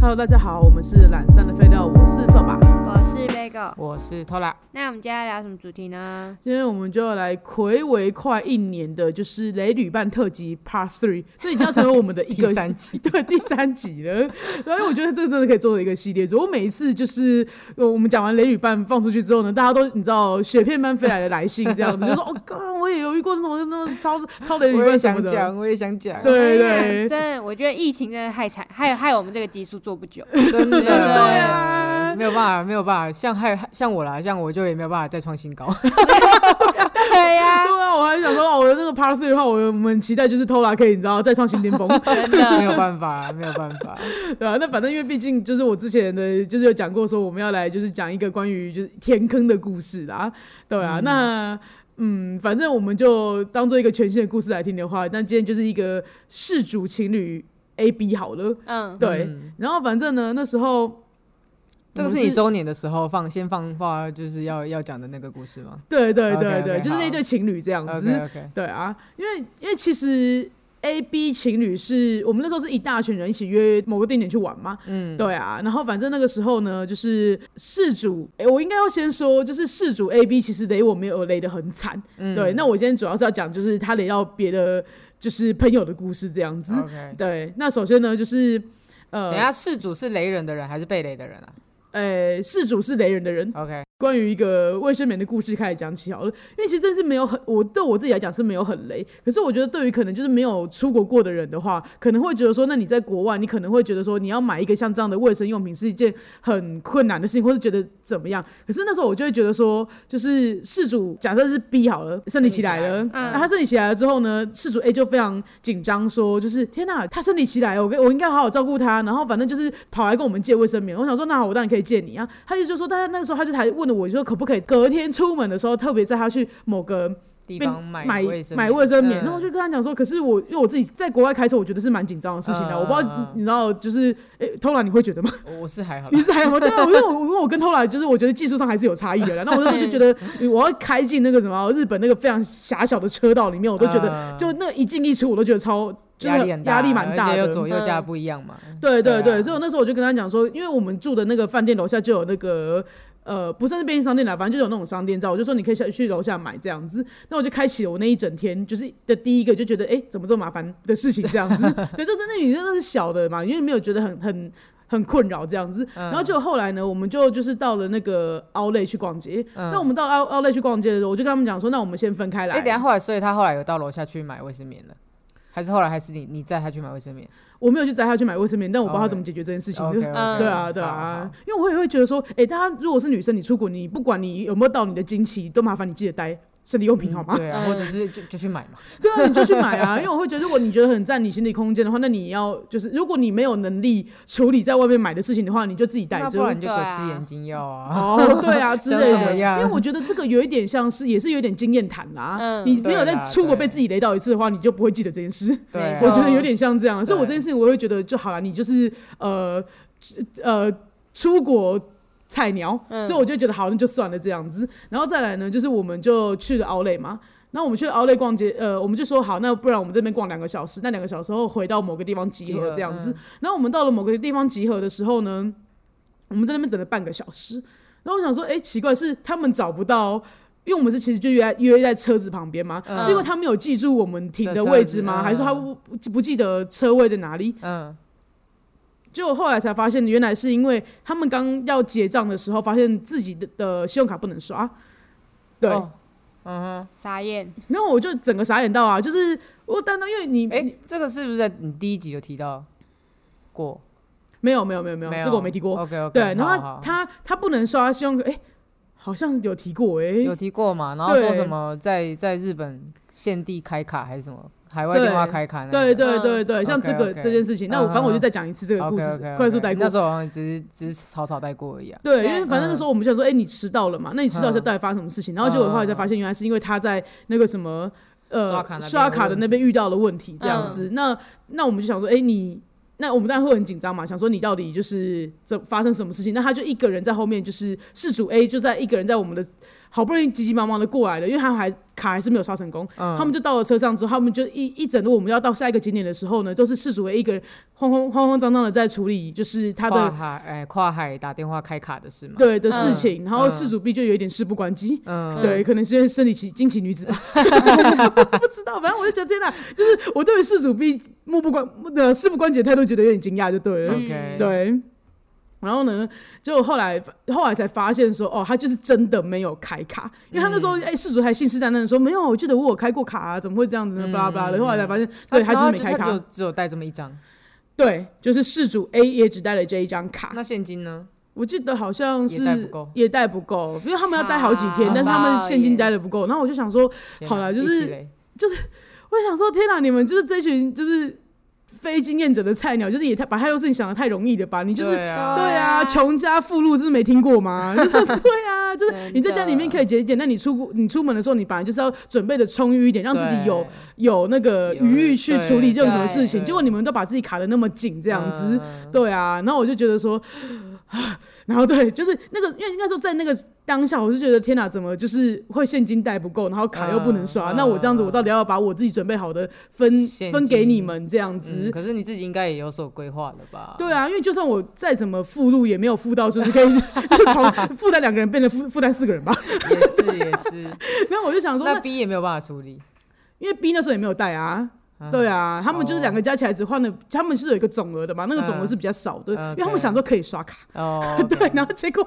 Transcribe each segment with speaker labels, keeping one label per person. Speaker 1: Hello，大家好，我们是懒散的废料，我是扫把。
Speaker 2: 我是 Bagel。
Speaker 3: 我是偷懒，
Speaker 2: 那我们今天聊什么主题呢？
Speaker 1: 今天我们就要来回违快一年的，就是雷旅伴特辑 Part Three，这已经要成为我们的一个
Speaker 3: 第三 集
Speaker 1: 对第三集了。然后我觉得这个真的可以做一个系列。我每一次就是呃我们讲完雷旅伴放出去之后呢，大家都你知道雪片般飞来的来信这 样子，就说哦，刚我也有遇过什么那么超超雷旅
Speaker 3: 我
Speaker 1: 伴
Speaker 3: 也
Speaker 1: 哎什么
Speaker 3: 想
Speaker 1: 的，
Speaker 3: 讲，我也想讲，
Speaker 1: 对
Speaker 2: 哎呀
Speaker 1: 对
Speaker 2: 真的，我觉得疫情真的害惨，害害我们这个集数做不 久。
Speaker 3: 真的，
Speaker 2: 对啊
Speaker 3: 没有办法，没有办法，像害像我啦，像我就也没有办法再创新高，
Speaker 2: 对 呀、
Speaker 1: 对啊，我还想说，哦，我的那个 Part Three 的话，我我们很期待就是偷拉可以，你知道再创新巅峰。
Speaker 2: 真
Speaker 3: 没
Speaker 2: 的，
Speaker 3: 有办法，没有办法，
Speaker 1: 对啊，那反正因为毕竟就是我之前的，就是有讲过说我们要来就是讲一个关于就是填坑的故事啦，对啊，那嗯，反正我们就当做一个全新的故事来听的话，那今天就是一个事主情侣 A B 好了，
Speaker 2: 嗯，
Speaker 1: 对，
Speaker 3: 嗯
Speaker 1: 然后反正呢那时候。
Speaker 3: 这个
Speaker 1: 我们
Speaker 3: 是你周年的时候放先放话，就是要要讲的那个故事吗
Speaker 1: 对对对
Speaker 3: OK，OK，
Speaker 1: 对就是那
Speaker 3: 好
Speaker 1: 对情侣这样子。
Speaker 3: ？OK OK，
Speaker 1: 对啊，因为因为其实 A B 情侣是我们那时候是一大群人一起约某个定点去玩嘛，
Speaker 3: 嗯，
Speaker 1: 对啊，然后反正那个时候呢，就是事主，诶我应该要先说，就是事主 A B 其实雷我没有雷的很惨，
Speaker 3: 嗯
Speaker 1: 对，那我今天主要是要讲就是他雷到别的就是朋友的故事这样子，
Speaker 3: 哦 OK，
Speaker 1: 对，那首先呢就是呃
Speaker 3: 等一，下事主是雷人的人还是被雷的人啊
Speaker 1: 呃，事主是雷人的人，
Speaker 3: ？OK，
Speaker 1: 关于一个卫生棉的故事开始讲起好了，因为其实真是没有很，我对我自己来讲是没有很雷，可是我觉得对于可能就是没有出国过的人的话，可能会觉得说，那你在国外，你可能会觉得说，你要买一个像这样的卫生用品是一件很困难的事情，或是觉得怎么样？可是那时候我就会觉得说，就是事主假设是 B 好了，生理期来了，
Speaker 3: 生理期
Speaker 2: 来了嗯
Speaker 1: 那他生理期来了之后呢，事主 A 就非常紧张，说就是天哪、他生理期来了，我跟我应该好好照顾他，然后反正就是跑来跟我们借卫生棉。我想说，那好，我当然可以借你啊。他就就说，他那个时候他就还问了我，就说可不可以隔天出门的时候特别带他去某个
Speaker 3: 地
Speaker 1: 便
Speaker 3: 方买
Speaker 1: 买
Speaker 3: 卫生
Speaker 1: 买卫生棉，
Speaker 3: 嗯
Speaker 1: 然后我就跟他讲说，可是我因为我自己在国外开车，我觉得是蛮紧张的事情的，
Speaker 3: 嗯
Speaker 1: 我不知
Speaker 3: 嗯
Speaker 1: 道
Speaker 3: 嗯
Speaker 1: 你知道就是，诶，偷懒你会觉 得吗？
Speaker 3: 我我是还好啦
Speaker 1: 你，是还好，对啊，因为我因为我跟偷懒就是我觉得技术上还是有差异的啦。那我那时候就觉得
Speaker 3: 嗯
Speaker 1: 我要开进那个什么日本那个非常狭小的车道里面，我都觉得
Speaker 3: 得
Speaker 1: 就那一进一出我都觉得超就是
Speaker 3: 嗯压
Speaker 1: 很
Speaker 3: 力很大，
Speaker 1: 压力蛮大
Speaker 3: 而且
Speaker 1: 的
Speaker 3: 又。左右架
Speaker 2: 嗯
Speaker 3: 不一样嘛，
Speaker 1: 对对
Speaker 3: 对
Speaker 1: 对，
Speaker 3: 啊
Speaker 1: 所以我那时候我就跟他讲说，因为我们住的那个饭店楼下就有那个。呃，不算是便利商店啦，反正就有那种商店在，我就说你可以下去楼下买这样子。那我就开启了我那一整天，就是的第一个就觉得，哎、怎么这么麻烦的事情这 样子？对，这真的你真的是小的嘛，因为没有觉得很很很困扰这样子。
Speaker 3: 嗯
Speaker 1: 然后就后来呢，我们就就是到了那个 Outlet 去逛街。
Speaker 3: 嗯
Speaker 1: 那我们到了 Out- Outlet 去逛街的时候，我就跟他们讲说，那我们先分开来。
Speaker 3: 哎、等一下后来，所以他后来有到楼下去买卫生棉了，还是后来还是你你载他去买卫生棉
Speaker 1: 我没有去载他去买卫生棉，但我不知道他
Speaker 3: OK
Speaker 1: 怎么解决这件事情。
Speaker 3: 哦？OK，,
Speaker 2: 嗯
Speaker 1: 对啊，对啊，因为我也会觉得说，哎、大家如果是女生，你出国，你不管你有没有到你的经期，都麻烦你记得带生理用品好吗？
Speaker 3: 对啊，
Speaker 2: 嗯
Speaker 3: 或者是就就去买嘛。
Speaker 1: 对啊，你就去买啊，因为我会觉得，如果你觉得很占你心理空间的话，那你要就是，如果你没有能力处理在外面买的事情的话，你就自己带
Speaker 3: 那
Speaker 1: 着
Speaker 3: 不。然你就给我
Speaker 2: 对
Speaker 3: 吃
Speaker 2: 啊
Speaker 3: 眼睛药啊，
Speaker 1: 哦，对啊，之
Speaker 3: 想
Speaker 1: 类
Speaker 3: 怎么
Speaker 1: 的，因
Speaker 3: 样
Speaker 1: 为我觉得这个有一点像是，也是有点经验谈啦。
Speaker 2: 嗯
Speaker 1: 你没有在
Speaker 3: 对啦
Speaker 1: 出国被
Speaker 3: 对
Speaker 1: 自己雷到一次的话，你就不会记得这件事。
Speaker 3: 对
Speaker 2: 没
Speaker 3: 啊，
Speaker 2: 错
Speaker 1: 我觉得有点像这样，所以我
Speaker 3: 对
Speaker 1: 这件事情我会觉得就好了，你就是呃呃出国菜鸟，
Speaker 2: 嗯
Speaker 1: 所以我就觉得好，那就算了这样子。然后再来呢，就是我们就去了奥莱嘛。那我们去奥莱逛街，呃，我们就说好，那不然我们这边逛两个小时，那两个小时后回到某个地方集
Speaker 3: 集
Speaker 1: 合
Speaker 3: 合
Speaker 1: 这样子。
Speaker 3: 嗯
Speaker 1: 然后我们到了某个地方集合的时候呢，我们在那边等了半个小时。然后我想说，哎、奇怪，是他们找不到，因为我们是其实就约在约在车子旁边嘛，
Speaker 3: 嗯
Speaker 1: 是因为他没有记住我们停
Speaker 3: 的
Speaker 1: 的
Speaker 3: 车
Speaker 1: 位置吗？
Speaker 3: 子
Speaker 1: 还是说他
Speaker 3: 嗯
Speaker 1: 不不记得车位在哪里？
Speaker 3: 嗯，
Speaker 1: 结果后来才发现，原来是因为他们刚要结账的时候，发现自己的的信用卡不能刷。对，
Speaker 3: 哦嗯
Speaker 2: 傻眼，
Speaker 1: 然后我就整个傻眼到啊，就是我当当，因为你
Speaker 3: 哼，哎、这个是不是在你第一集有提到过？
Speaker 1: 没有没有没有没有，这个我没提过。
Speaker 3: 哦 OK OK，
Speaker 1: 对，然后
Speaker 3: 好好
Speaker 1: 他他他不能刷信用卡，哎、好像有提过哎、
Speaker 3: 有提过嘛？然后说
Speaker 1: 对
Speaker 3: 什么在在日本限地开卡还是什么海外电话开卡那个？
Speaker 1: 对对
Speaker 2: 嗯
Speaker 1: 对对，像这个
Speaker 3: OK，OK
Speaker 1: 这件事情，那我反正我就
Speaker 3: 嗯嗯
Speaker 1: 再讲一次这个故
Speaker 3: OK
Speaker 1: 事
Speaker 3: OK，，
Speaker 1: 快速带过
Speaker 3: 那。时候好像只是只是草草带过而已啊。
Speaker 1: 对，
Speaker 2: 对
Speaker 1: 因为反正那时候我们想说，哎、你迟到了嘛？那你
Speaker 3: 嗯
Speaker 1: 迟到是到底发生什么事情？然后结果后来才发现，原来是因为他在那个什么。
Speaker 3: 刷
Speaker 1: 呃
Speaker 3: 卡那，边嗯
Speaker 1: 刷卡的那边遇到了问题，这样子，那那我们就想说，哎、你，那我们当然会很紧张嘛，想说你到底就是怎发生什么事情？那他就一个人在后面，就是事主 A 就在一个人在我们的好不容易急急忙忙的过来了，因为他还卡还是没有刷成功，
Speaker 3: 嗯，
Speaker 1: 他们就到了车上之后，他们就一一整路我们要到下一个景点的时候呢，都是事主的一个人慌慌慌慌张张的在处理，就是他
Speaker 3: 跨
Speaker 1: 的
Speaker 3: 海哎跨海打电话开卡的事吗？，
Speaker 1: 对的
Speaker 2: 嗯
Speaker 1: 事情，然后
Speaker 3: 嗯
Speaker 1: 事主 B 就有一点事不关己。
Speaker 3: 嗯，
Speaker 1: 对，可能是因为生理期惊奇女 子吧，不知道。反正我就觉得天哪，就是我对于事主 B 目不关的事不关己的态度，觉得有点惊讶，就对了。
Speaker 3: ，OK，，
Speaker 1: 对。然后呢，就后来后来才发现说，哦，他就是真的没有开卡，因为他那时候哎，事主还信誓旦旦地说没有，我记得我有开过卡啊，怎么会这样子呢？巴拉巴拉的。后来才发现，对嗯
Speaker 3: 啊
Speaker 1: 他就是没开
Speaker 3: 他只有
Speaker 1: 卡，
Speaker 3: 只有带这么一张。
Speaker 1: 对，就是事主 A 也只带了这一张卡，
Speaker 3: 那现金呢？
Speaker 1: 我记得好像是
Speaker 3: 也带不够
Speaker 1: 也带不够，因为他们要待好几天
Speaker 2: 啊，
Speaker 1: 但是他们现金
Speaker 2: 也
Speaker 1: 待的不够。然后我就想说，
Speaker 3: 天
Speaker 1: 好
Speaker 3: 哪
Speaker 1: 啦
Speaker 3: 一
Speaker 1: 就是
Speaker 3: 起嘞
Speaker 1: 我想说，天哪，你们就是这群就是非经验者的菜鸟，就是也太把太多事情想的太容易了吧？你就是
Speaker 3: 对啊
Speaker 1: 对啊，
Speaker 2: 啊
Speaker 1: 穷家富路是没听过吗？就是对啊，就是你在家里面
Speaker 2: 真的
Speaker 1: 可以节俭，那你出国你出门的时候，你本来就是要准备的充裕一点，让自己有有那个
Speaker 3: 有
Speaker 1: 余裕去处理
Speaker 3: 对
Speaker 1: 任何事情。
Speaker 3: 对嗯
Speaker 1: 结果你们都把自己卡的那么紧，这
Speaker 3: 这
Speaker 1: 样子，对啊。然后我就觉得说， 然后对，就是那个，因为应该说在那个当下，我就觉得天哪，怎么就是会现金带不够，然后卡又不能刷？
Speaker 3: 嗯
Speaker 1: 那我这样子，我到底要把我自己准备好的分
Speaker 3: 现
Speaker 1: 分给你
Speaker 3: 金
Speaker 1: 们这样子？
Speaker 3: 嗯可是你自己应该也有所规划了吧？
Speaker 1: 对啊，因为就算我再怎么附录，也没有附到就是可以 就从负担两个人变成负负担四个人吧。
Speaker 3: 也是也是。
Speaker 1: 然 后我就想说，
Speaker 3: 那
Speaker 1: 那
Speaker 3: B 也没有办法处理。
Speaker 1: 因为 B 那时候也没有带啊。
Speaker 3: 啊
Speaker 1: 对啊，他们就是两个加起来只换了，他们是有一个总额的嘛，那个总额
Speaker 3: 嗯
Speaker 1: 是比较少的，
Speaker 3: 嗯
Speaker 1: 因为他们
Speaker 3: OK
Speaker 1: 想说可以刷卡，
Speaker 3: 哦，
Speaker 1: 对，然
Speaker 3: 然
Speaker 1: 后结果，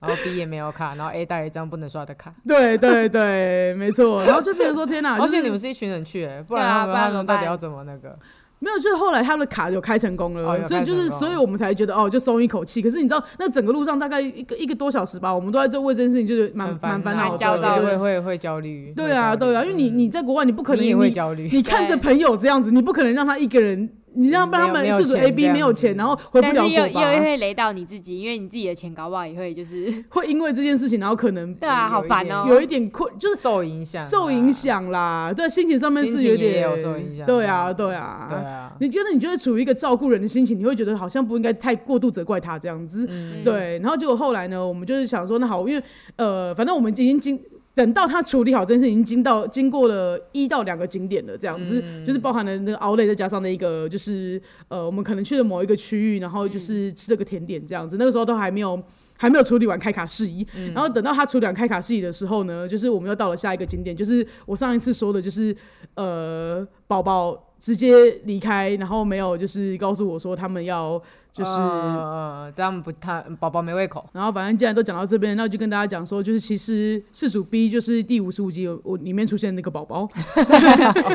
Speaker 3: 后 B 也没有卡，然后 A 带了一张不能刷的卡。
Speaker 1: 对对对，没错，然后就变成说天啊哪，就
Speaker 3: 而且
Speaker 1: 是
Speaker 3: 哦你们是一群人去，哎不
Speaker 2: 对啊
Speaker 3: 然他
Speaker 2: 不
Speaker 3: 们
Speaker 2: 然
Speaker 3: 他
Speaker 2: 怎
Speaker 3: 们
Speaker 2: 么
Speaker 3: 到底
Speaker 2: 办
Speaker 3: 要怎么那个？
Speaker 1: 没有，就是后来他们的卡有开成功
Speaker 3: 哦
Speaker 1: 了，
Speaker 3: 有
Speaker 1: 所以
Speaker 3: 开
Speaker 1: 就是，
Speaker 3: 成功
Speaker 1: 所以我们才觉得哦，就松一口气。可是你知道，那整个路上大概一个一个多小时吧，我们都在这为这件事情就是蛮
Speaker 3: 很
Speaker 1: 蛮
Speaker 3: 烦
Speaker 1: 烦恼
Speaker 2: 蛮焦
Speaker 1: 的，
Speaker 2: 躁
Speaker 1: 对
Speaker 3: 会会会焦虑。
Speaker 1: 对啊，对啊，因为你你在国外，你不
Speaker 3: 不
Speaker 1: 可能
Speaker 3: 也
Speaker 1: 你
Speaker 3: 会焦虑。嗯
Speaker 1: 你看着
Speaker 2: 对
Speaker 1: 朋友这样子，你不可能让他一个人，你让
Speaker 3: 没有
Speaker 1: 他们
Speaker 3: 没有
Speaker 1: 事主
Speaker 3: 钱
Speaker 1: A B
Speaker 3: 这
Speaker 1: 没有
Speaker 3: 样子
Speaker 1: 钱，然后回不
Speaker 2: 但
Speaker 1: 了
Speaker 2: 是又
Speaker 1: 国
Speaker 2: 又会
Speaker 1: 吧？
Speaker 2: 雷到你自己，因为你自己的钱搞不好也 会就是，
Speaker 1: 会因为这件事情，然后可能
Speaker 2: 对啊，
Speaker 3: 有
Speaker 2: 好
Speaker 3: 一
Speaker 2: 烦
Speaker 3: 点
Speaker 2: 哦、
Speaker 1: 有一点困，就是
Speaker 3: 受影响，啊
Speaker 1: 受影。响啦。对，心情上面
Speaker 3: 心
Speaker 1: 是
Speaker 3: 情
Speaker 1: 有
Speaker 3: 也
Speaker 1: 点
Speaker 3: 有受影响
Speaker 1: 对
Speaker 3: 这
Speaker 1: 啊，
Speaker 3: 样
Speaker 1: 对
Speaker 3: 对
Speaker 1: 啊。
Speaker 3: 啊，
Speaker 1: 你觉得你就会处于一个照顾人的心情，你会觉得好像不应该太过度责怪他这样子。
Speaker 2: 嗯，
Speaker 1: 对，然后结果后来呢，我们就是想说，那好，因为呃，反正我们已经经等到他处理好这件事，已经经到经过了一到两个景点了，这样子，就是包含了那个 o u 再加上那个就是呃，我们可能去了某一个区域，然后就是呃吃了个甜点这样子，那个时候都还没有。还没有处理完开卡事宜，然后等到他处理完开卡事宜的时候呢，就是我们又到了下一个景点，就是我上一次说的，就是呃，宝宝直接离开，然后没有就是告诉我说他们要就是
Speaker 3: 呃，这样不太宝宝没胃口。
Speaker 1: 然后反正既然都讲到这边，那就跟大家讲说，就是其实事主 B 就是第五十五集有我里面出现那个宝 宝，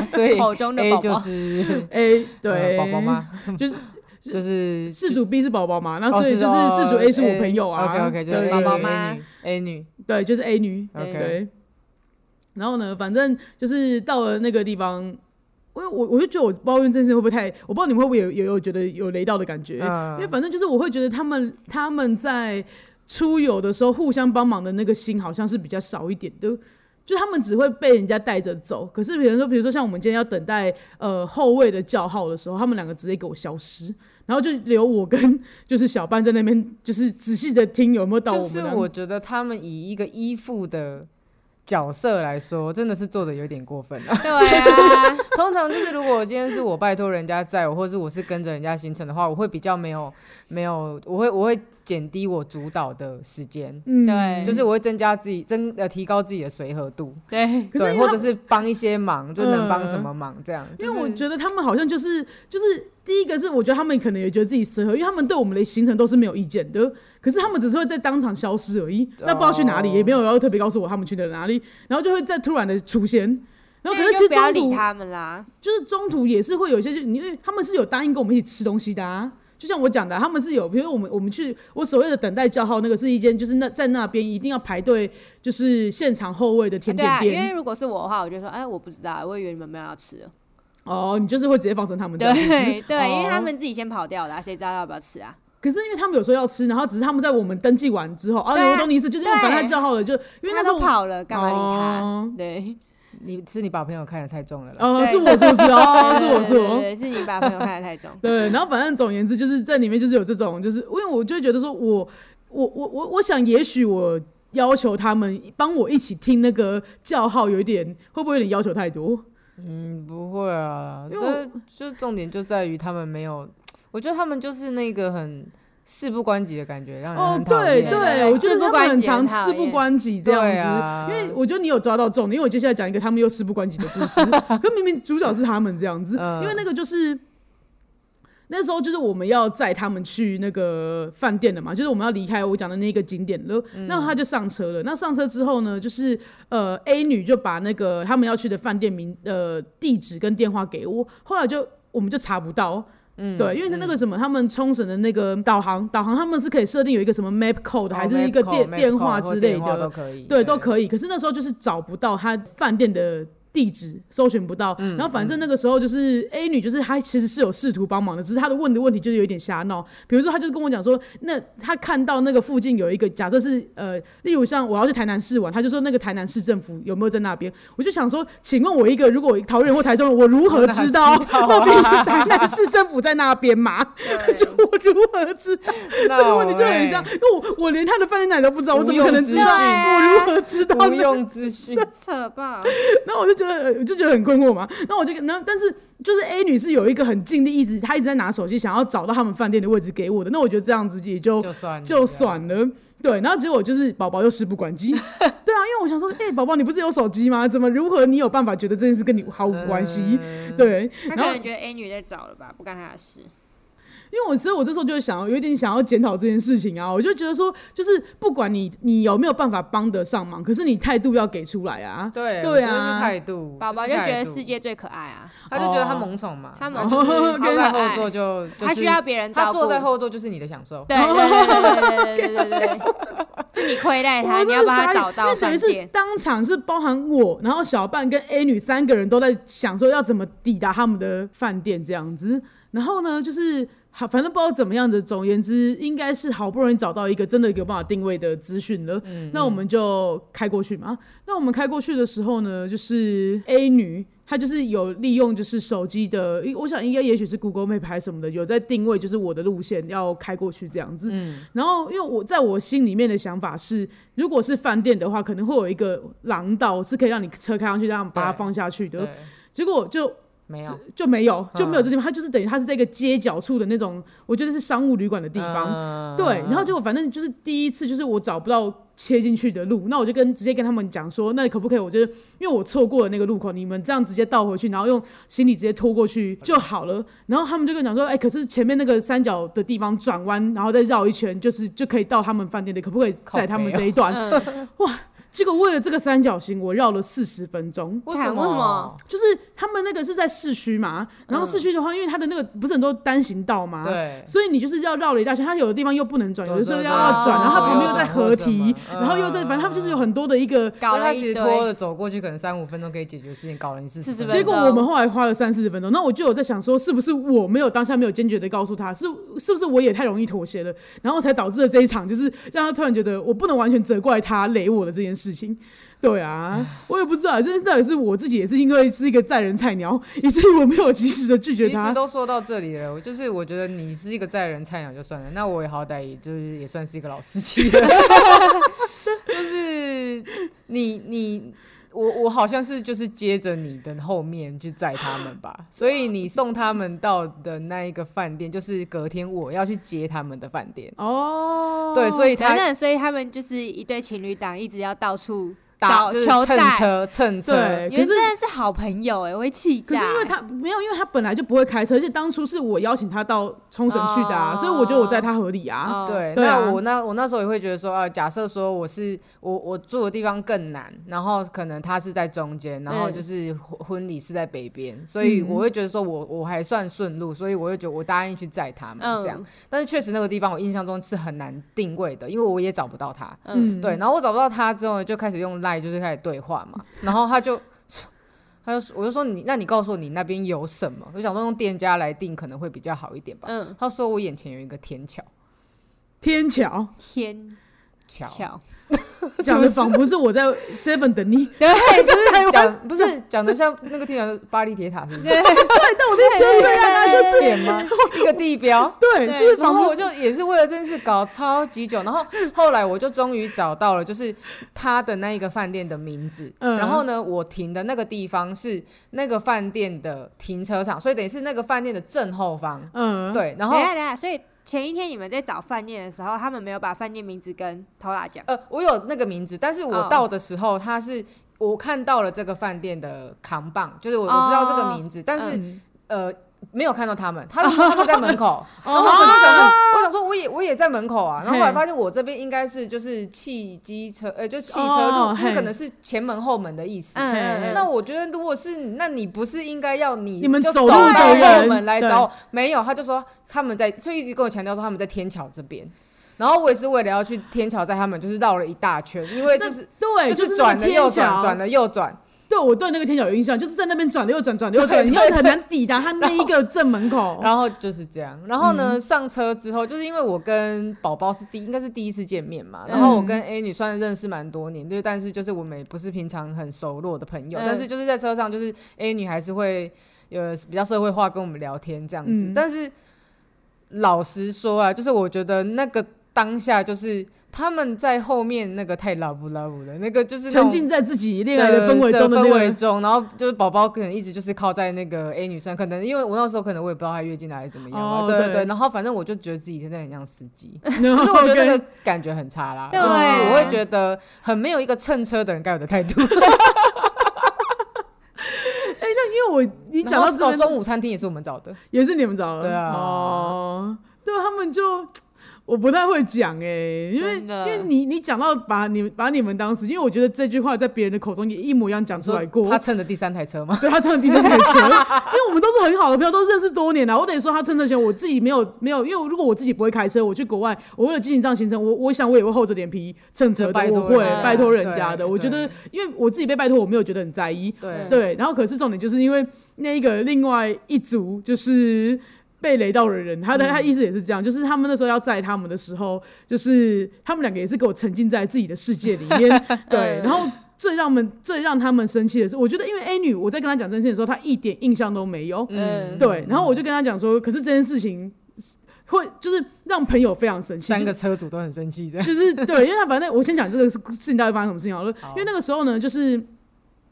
Speaker 3: 所以
Speaker 2: 口中的
Speaker 3: A
Speaker 2: 宝
Speaker 3: 就
Speaker 2: 宝，
Speaker 3: 是
Speaker 1: 哎、对，
Speaker 3: 呃宝宝？吗？
Speaker 1: 就是
Speaker 3: 就是
Speaker 1: 事主 B 是宝宝嘛，那
Speaker 3: 哦
Speaker 1: 所以就是事主 A 是我朋友啊
Speaker 3: OK OK，就是
Speaker 1: 对
Speaker 3: A
Speaker 2: 宝宝
Speaker 3: 女
Speaker 2: 吗
Speaker 3: A 女？A 女
Speaker 1: 对，就是 A 女，
Speaker 3: OK，
Speaker 1: 对。然后呢，反正就是到了那个地方，因为我我就觉得我抱怨这件事情会不会太，我不知道你们会不会有有有觉得有雷到的感觉，因为
Speaker 3: 嗯，
Speaker 1: 反正就是我会觉得他们他们在出游的时候互相帮忙的那个心好像是比较少一点的。就他们只会被人家带着走，可是比如说，比如说像我们今天要等待呃后卫的叫号的时候，他们两个直接给我消失，然后就留我跟就是小班在那边，就是仔细的听有没有到我
Speaker 3: 就
Speaker 1: 们
Speaker 3: 是
Speaker 1: 的。
Speaker 3: 我觉得他们以一个依附的。角色来说，真的是做的有点过分了、
Speaker 2: 对 啊，
Speaker 3: 通常就是，如果我今天是我拜托人家载我，或是我是跟着人家行程的话，我会比较没有没有，我会我会减低我主导的时间，
Speaker 1: 嗯
Speaker 2: 对
Speaker 3: 就是我会增加自己增呃提高自己的随和度。
Speaker 2: 对，
Speaker 1: 可是
Speaker 3: 对，
Speaker 1: 因为
Speaker 3: 或
Speaker 1: 他
Speaker 3: 者是帮一些忙，就能帮什
Speaker 1: 嗯
Speaker 3: 么忙这样。
Speaker 1: 因为我
Speaker 3: 就是
Speaker 1: 觉得他们好像就是就是第一个是我觉得他们可能也觉得自己随和，因为他们对我们的行程都是没有意见的，可是他们只是会在当场消失而已，但不知道去哪里，
Speaker 3: 哦
Speaker 1: 也没有要特别告诉我他们去了哪里，然后就会再突然的出现。然后可
Speaker 2: 那
Speaker 1: 是
Speaker 2: 就
Speaker 1: 其实
Speaker 2: 不要
Speaker 1: 中
Speaker 2: 理
Speaker 1: 途
Speaker 2: 他们啦，
Speaker 1: 就是中途也是会有一些，就因为他们是有答应跟我们一起吃东西的、啊，就像我讲的啊、他们是有，比如我们我们去我所谓的等待叫号那个是一间，就是那在那边一定要排队，就是现场后位的甜
Speaker 2: 对
Speaker 1: 点
Speaker 2: 啊，因
Speaker 1: 店。
Speaker 2: 为如果是我的话，我就说，哎，我不知道，我以为你们没有要 吃。
Speaker 1: 哦，你就是会直接放生他们这样子。
Speaker 2: 对对，因为他
Speaker 1: 啊哦
Speaker 2: 们自己先跑掉的啊，谁知道要不要吃啊？
Speaker 1: 可是因为他们有说要吃，然后只是他们在我们登记完之后，啊，
Speaker 2: 对啊
Speaker 1: 我懂你意思，就是因为
Speaker 2: 对
Speaker 1: 反正他叫号了，就因为那
Speaker 2: 他
Speaker 1: 时候
Speaker 2: 都
Speaker 1: 我
Speaker 2: 跑了，干嘛理他？
Speaker 1: 哦
Speaker 2: 对，
Speaker 3: 你是你把朋友看得太重了啦。
Speaker 1: 哦，
Speaker 2: 对
Speaker 1: 是我是不是？ 哦，是我
Speaker 2: 对
Speaker 1: 是
Speaker 2: 对对
Speaker 1: 我。。
Speaker 2: 对是你把朋友看得太重
Speaker 1: 对，然后反正总而言之，就是在里面就是有这种，就是因为我就会觉得说我我我我我想，也许我要求他们帮我一起听那个叫号，有一点会不会有点要求太多？
Speaker 3: 嗯，不会啊，
Speaker 1: 因为
Speaker 3: 但是就重点就在于他们没有，我觉得他们就是那个很事不关己的感觉，让人
Speaker 1: 哦
Speaker 3: 很，讨
Speaker 1: 对
Speaker 3: 厌。啊
Speaker 1: 对，我觉得
Speaker 2: 事
Speaker 1: 他
Speaker 2: 不
Speaker 1: 们
Speaker 2: 关
Speaker 1: 很
Speaker 2: 己很
Speaker 1: 常
Speaker 2: 讨
Speaker 1: 事不
Speaker 2: 厌
Speaker 1: 关己这样
Speaker 3: 对
Speaker 1: 子，
Speaker 3: 啊
Speaker 1: 因为我觉得你有抓到重点，因为我接下来讲一个他们又事不关己的故 事，可明明主角是他们这样子，
Speaker 3: 嗯
Speaker 1: 因为那个就是。那时候就是我们要载他们去那个饭店了嘛，就是我们要离开我讲的那个景点了。
Speaker 3: 嗯
Speaker 1: 那他就上车了。那上车之后呢，就是呃 A 女就把那个他们要去的饭店名呃地址跟电话给我，后来就我们就查不到。嗯，对，因为他那个什么，他们冲绳的那个导航，导航他们是可以设定有一个什么 map code，、
Speaker 3: 哦
Speaker 1: 还是一个
Speaker 3: Mapcall，
Speaker 1: 电
Speaker 3: Mapcall
Speaker 1: 电话
Speaker 3: 或
Speaker 1: 之类
Speaker 3: 电话
Speaker 1: 的
Speaker 3: 都，可以，
Speaker 1: 对，都可以。可是那时候就是找不到他饭店的地址，搜寻不到。
Speaker 3: 嗯
Speaker 1: 然后反正那个时候就是 A 女，就是她其实是有试图帮忙的，只是她的问的问题就是有点瞎闹。比如说，她就是跟我讲说，那她看到那个附近有一个，假设是呃，例如像我要去台南市玩，她就说那个台南市政府有没有在那边？我就想说，请问我一个如果桃园或台中人，我如何知 道
Speaker 3: 哪知道啊
Speaker 1: 那边有台南市政府在那边 嘛？ 就我如何知道？
Speaker 3: 这
Speaker 1: 这个问题就很
Speaker 3: 哎
Speaker 1: 像，因为我我连他的饭店哪都不知道，我怎么可能知道？
Speaker 2: 无用
Speaker 1: 我如
Speaker 2: 资讯
Speaker 1: 何知道
Speaker 3: 无
Speaker 1: 呢？
Speaker 3: 用资讯。
Speaker 2: 扯吧，
Speaker 1: 然后我就觉得，我就觉得很困惑嘛。然后我就跟，然后但是就是 A 女是有一个很尽力，一直她一直在拿手机想要找到他们饭店的位置给我的。那我觉得这样子也就
Speaker 3: 就算了
Speaker 1: 就，算了，对。然后结果就是宝宝又事不 关己，对啊，因为我想说，哎、宝宝你不是有手机吗？怎么如何你有办法觉得这件事跟你毫无关系？
Speaker 3: 嗯
Speaker 1: 对，
Speaker 2: 他
Speaker 1: 然
Speaker 2: 可
Speaker 1: 后
Speaker 2: 能觉得 A 女在找了吧，不干他的事。
Speaker 1: 因为我所以，我这时候就想要有一点想要检讨这件事情啊，我就觉得说，就是不管你你有没有办法帮得上忙，可是你态度要给出来啊。
Speaker 3: 对
Speaker 1: 对
Speaker 3: 我觉得
Speaker 1: 啊
Speaker 3: 是态度。
Speaker 2: 宝宝
Speaker 3: 是
Speaker 2: 就觉
Speaker 3: 态
Speaker 2: 得
Speaker 3: 度
Speaker 2: 世，界最可爱啊，
Speaker 3: 他就觉得他
Speaker 1: 哦
Speaker 3: 萌宠嘛，
Speaker 2: 他
Speaker 3: 然
Speaker 2: 萌
Speaker 3: 后哦就
Speaker 2: 宠
Speaker 3: 是坐在
Speaker 2: 可爱
Speaker 3: 后座就就
Speaker 2: 他
Speaker 3: 是
Speaker 2: 需要别人照
Speaker 3: 他
Speaker 2: 顾。
Speaker 3: 坐在后座就是你的享受。
Speaker 2: 对对对对对对对对，是你亏待他，
Speaker 1: 我真
Speaker 2: 你
Speaker 1: 的
Speaker 2: 要帮
Speaker 1: 傻
Speaker 2: 他
Speaker 1: 眼
Speaker 2: 找
Speaker 1: 因
Speaker 2: 到
Speaker 1: 为等于
Speaker 2: 饭
Speaker 1: 是
Speaker 2: 店。
Speaker 1: 当场是包含我，然后小半跟 A 女三个人都在想说要怎么抵达他们的饭店这样子。然后呢，就是好，反正不知道怎么样的，总而言之，应该是好不容易找到一个真的有办法定位的资讯了。那我们就开过去嘛。那我们开过去的时候呢，就是 A 女。她就是有利用就是手机的，我想应该也许是 Google Map 还是什么的，有在定位就是我的路线要开过去这样子。
Speaker 3: 嗯
Speaker 1: 然后因为我在我心里面的想法是，如果是饭店的话，可能会有一个廊道是可以让你车开上去，让把它
Speaker 3: 对
Speaker 1: 放下去的。
Speaker 3: 对，
Speaker 1: 结果就
Speaker 3: 没有
Speaker 1: 就没有就没有
Speaker 3: 嗯
Speaker 1: 这地方，它就是等于它是在一个街角处的那种，我觉得是商务旅馆的地方。
Speaker 3: 方
Speaker 1: 对，然后结果反正就是第一次，就是我找不到切进去的路，那我就跟直接跟他们讲说，那可不可以？我就是因为我错过了那个路口，你们这样直接倒回去，然后用行李直接拖过去就好了。然后他们就跟我讲说，哎、可是前面那个三角的地方转弯，然后再绕一圈，就是就可以到他们饭店的，可不可以
Speaker 3: 靠
Speaker 1: 在他们
Speaker 3: 北哦
Speaker 1: 这一段？
Speaker 2: 嗯，
Speaker 1: 结果为了这个三角形，我绕了四十分钟。
Speaker 3: 为
Speaker 2: 看
Speaker 3: 什
Speaker 2: 为什么？
Speaker 1: 就是他们那个是在市区嘛，然后市区的话，因为它的那个不是很多单行道嘛，
Speaker 3: 嗯对，
Speaker 1: 所以你就是要绕了一大圈，它有的地方又不能转，有的时候
Speaker 3: 对
Speaker 1: 又
Speaker 3: 对
Speaker 1: 要
Speaker 2: 对
Speaker 1: 转，然后它
Speaker 2: 对
Speaker 1: 旁边
Speaker 2: 对
Speaker 1: 又在
Speaker 3: 对
Speaker 1: 合
Speaker 3: 或者什
Speaker 1: 体，
Speaker 3: 么
Speaker 1: 然后又在，反正他们就是有很多的一个。
Speaker 2: 搞
Speaker 3: 所以他
Speaker 2: 了
Speaker 3: 其
Speaker 2: 一
Speaker 3: 实拖
Speaker 2: 堆。
Speaker 3: 着走过去，可能三五分钟可以解决事情，搞了你四
Speaker 2: 40
Speaker 3: 分
Speaker 2: 分
Speaker 1: 结
Speaker 3: 钟
Speaker 1: 果我们后来花了三四十分钟，那我就有在想说，是不是我没有当下没有坚决的告诉他，是是不是我也太容易妥协了，然后才导致了这一场，就是让他突然觉得我不能完全责怪他雷我的这件事情。对啊，我也不知道，这到底是我自己也是因为是一个载人菜鸟，以至于我没有及时的拒绝
Speaker 3: 其实
Speaker 1: 他。
Speaker 3: 都说到这里了，我就是我觉得你是一个载人菜鸟就算了，那我也好歹也就是也算是一个老司机了， 就是你你我我好像是就是接着你的后面去载他们吧，所以你送他们到的那一个饭店，就是隔天我要去接他们的饭店，
Speaker 1: 哦，
Speaker 3: 对，所以
Speaker 2: 反
Speaker 3: 他
Speaker 2: 正，所以他们就是一对情侣档，一直要到处
Speaker 3: 打
Speaker 2: 找
Speaker 3: 就是
Speaker 2: 求
Speaker 3: 蹭
Speaker 2: 债。
Speaker 3: 车蹭车
Speaker 1: 对，，可
Speaker 2: 你们
Speaker 1: 是
Speaker 2: 真的是好朋友哎、我会气
Speaker 1: 可
Speaker 2: 炸、
Speaker 1: 是因
Speaker 3: 欸
Speaker 1: 为他没有，因为他本来就不会开车，而且当初是我邀请他到冲绳去的、啊，
Speaker 2: 哦
Speaker 1: 所以我觉得我在他合理啊。
Speaker 2: 哦，
Speaker 3: 对，
Speaker 1: 对啊
Speaker 3: 那我那我那时候也会觉得说，啊，假设说我是我我住的地方更南，然后可能他是在中间，然后
Speaker 2: 嗯
Speaker 3: 就是婚婚礼是在北边，所以我会觉得说我我还算顺路，所以我会觉得我答应去载他们这样。
Speaker 2: 嗯
Speaker 3: 但是确实那个地方我印象中是很难定位的，因为我也找不到他。
Speaker 2: 嗯，
Speaker 3: 对，然后我找不到他之后呢，就开始用 line 就是开始对话嘛，然后他就。他就说我就说你，那你告诉我你那边有什么？我想说用店家来定可能会比较好一点吧。
Speaker 2: 嗯，
Speaker 3: 他说我眼前有一个天桥，
Speaker 1: 天桥，
Speaker 2: 天，
Speaker 3: 巧，
Speaker 2: 巧，
Speaker 1: 讲的仿佛是我在 Seven 等 你，
Speaker 2: 对，
Speaker 3: 就是讲不是讲的像那个地方巴黎铁塔是不是？
Speaker 2: 对
Speaker 1: 但我那时候这样 啊，
Speaker 2: 对对
Speaker 1: 就
Speaker 2: 对
Speaker 1: 是
Speaker 3: 点吗？一个地标。
Speaker 1: 对，就是
Speaker 3: 然
Speaker 1: 仿
Speaker 3: 后
Speaker 1: 佛
Speaker 3: 我就也是为了这件事搞超级久，然后后来我就终于找到了，就是他的那一个饭店的名字。
Speaker 1: 嗯
Speaker 3: 然后呢，我停的那个地方是那个饭店的停车场，所以等于是那个饭店的正后方。
Speaker 1: 嗯，
Speaker 3: 对，然
Speaker 2: 等
Speaker 3: 后
Speaker 2: 一下等一下，所以前一天你们在找饭店的时候，他们没有把饭店名字跟头拉讲。
Speaker 3: 呃，我有那个名字，但是我
Speaker 2: 哦
Speaker 3: 到的时候，他是我看到了这个饭店的扛棒，就是我我知道这个名字，但
Speaker 1: 嗯
Speaker 3: 是、呃。没有看到他们，他们他 们在门口，然后我就想说，我想说我也我也在门口啊，然后后
Speaker 1: 哦
Speaker 3: 来
Speaker 1: 啊嘿
Speaker 3: 发现我这边应该是就是汽机车，呃，就汽车
Speaker 1: 哦
Speaker 3: 路，就是
Speaker 1: 嘿
Speaker 3: 可能是前门后门的意思。
Speaker 2: 嗯嗯嗯
Speaker 3: 那我觉得如果是你，那你不是应该要你
Speaker 1: 你们
Speaker 3: 就
Speaker 1: 走
Speaker 3: 走
Speaker 1: 路的
Speaker 3: 到后
Speaker 1: 人
Speaker 3: 门来
Speaker 1: 对
Speaker 3: 找我？没有，他就说他们在，就一直跟我强调说他们在天桥这边。然后我也是为了要去天桥，在他们就是绕了一大圈，因为
Speaker 1: 那
Speaker 3: 就是
Speaker 1: 对，
Speaker 3: 就
Speaker 1: 就是
Speaker 3: 是转
Speaker 1: 那
Speaker 3: 了
Speaker 1: 个
Speaker 3: 右
Speaker 1: 天
Speaker 3: 转，
Speaker 1: 桥，
Speaker 3: 转了右转，
Speaker 1: 对我对那个天桥有印象，就是在那边转了又转，转了又转，
Speaker 3: 对
Speaker 1: 你
Speaker 3: 对
Speaker 1: 又
Speaker 3: 对
Speaker 1: 很难抵达它那一个正门口。
Speaker 3: 然后就是这样。然后呢，上车之后，就是因为我跟宝宝是第应该是第一次见面嘛，然后我跟 A 女算认识蛮多年，就是但是就是我们也不是平常很熟络的朋友，
Speaker 2: 嗯
Speaker 3: 但是就是在车上，就是 A 女还是会有比较社会化跟我们聊天这样子。
Speaker 1: 嗯
Speaker 3: 但是老实说啊，就是我觉得那个当下就是他们在后面那个太拉布拉布的那个就是那
Speaker 1: 沉
Speaker 3: 种
Speaker 1: 浸在自己恋爱的氛围中的
Speaker 3: 的
Speaker 1: 那
Speaker 3: 氛 围
Speaker 1: 个，
Speaker 3: 中，然后就是宝宝可能一直就是靠在那个 A 女生，可能因为我那时候可能我也不知道她月经来还是怎么样吧，
Speaker 1: 哦
Speaker 3: 对
Speaker 1: 对
Speaker 3: 对，然后反正我就觉得自己现在很像司 机，
Speaker 1: 然
Speaker 3: 就是
Speaker 1: 后
Speaker 3: 我觉得
Speaker 1: OK
Speaker 3: 那
Speaker 1: 啊
Speaker 3: 个感觉很差啦，就
Speaker 2: 对
Speaker 3: 是我会觉得很没有一个蹭车的人该有的态度。
Speaker 1: 因为我你讲到
Speaker 3: 然后
Speaker 1: 这
Speaker 3: 找中
Speaker 1: 边
Speaker 3: 午餐厅也是我们找的，
Speaker 1: 也是你们找的，
Speaker 3: 对啊
Speaker 1: 哦，对他们就。我不太会讲哎、因为
Speaker 2: 真
Speaker 1: 因
Speaker 2: 的
Speaker 1: 为你你讲到把你们把你们当时，因为我觉得这句话在别人的口中也一模一样讲
Speaker 3: 你
Speaker 1: 出来
Speaker 3: 说
Speaker 1: 过。
Speaker 3: 他蹭的第三台车吗？
Speaker 1: 对他唱第三台球，因为我们都是很好的朋友，都是认识多年了。啊我得说，他趁这前我自己没有没有，因为如果我自己不会开车，我去国外，我为了进行这样行程，我我想我也会厚着脸皮蹭车的
Speaker 3: 拜，托
Speaker 1: 我会
Speaker 3: 人家
Speaker 1: 拜托人家的。
Speaker 3: 对
Speaker 1: 我觉得，因为我自己被拜托，我没有觉得很在意。
Speaker 3: 对
Speaker 1: 对，然后可是重点就是因为那个另外一组就是。被雷到的人，他
Speaker 3: 嗯
Speaker 1: 的他意思也是这样，就是他们那时候要载他们的时候，就是他们两个也是给我沉浸在自己的世界里面， 对，然后。最让们最让他们生气的是，我觉得因为 A 女，我在跟她讲这件事情的时候，她一点印象都没有。
Speaker 2: 嗯，
Speaker 1: 对，然后我就跟她讲说，可是这件事情会就是让朋友非常生气，
Speaker 3: 三个车主都很生气，这样
Speaker 1: 就是对，因为他反正我先讲这个事情到底发生什么事情好了，因为那个时候呢，就是。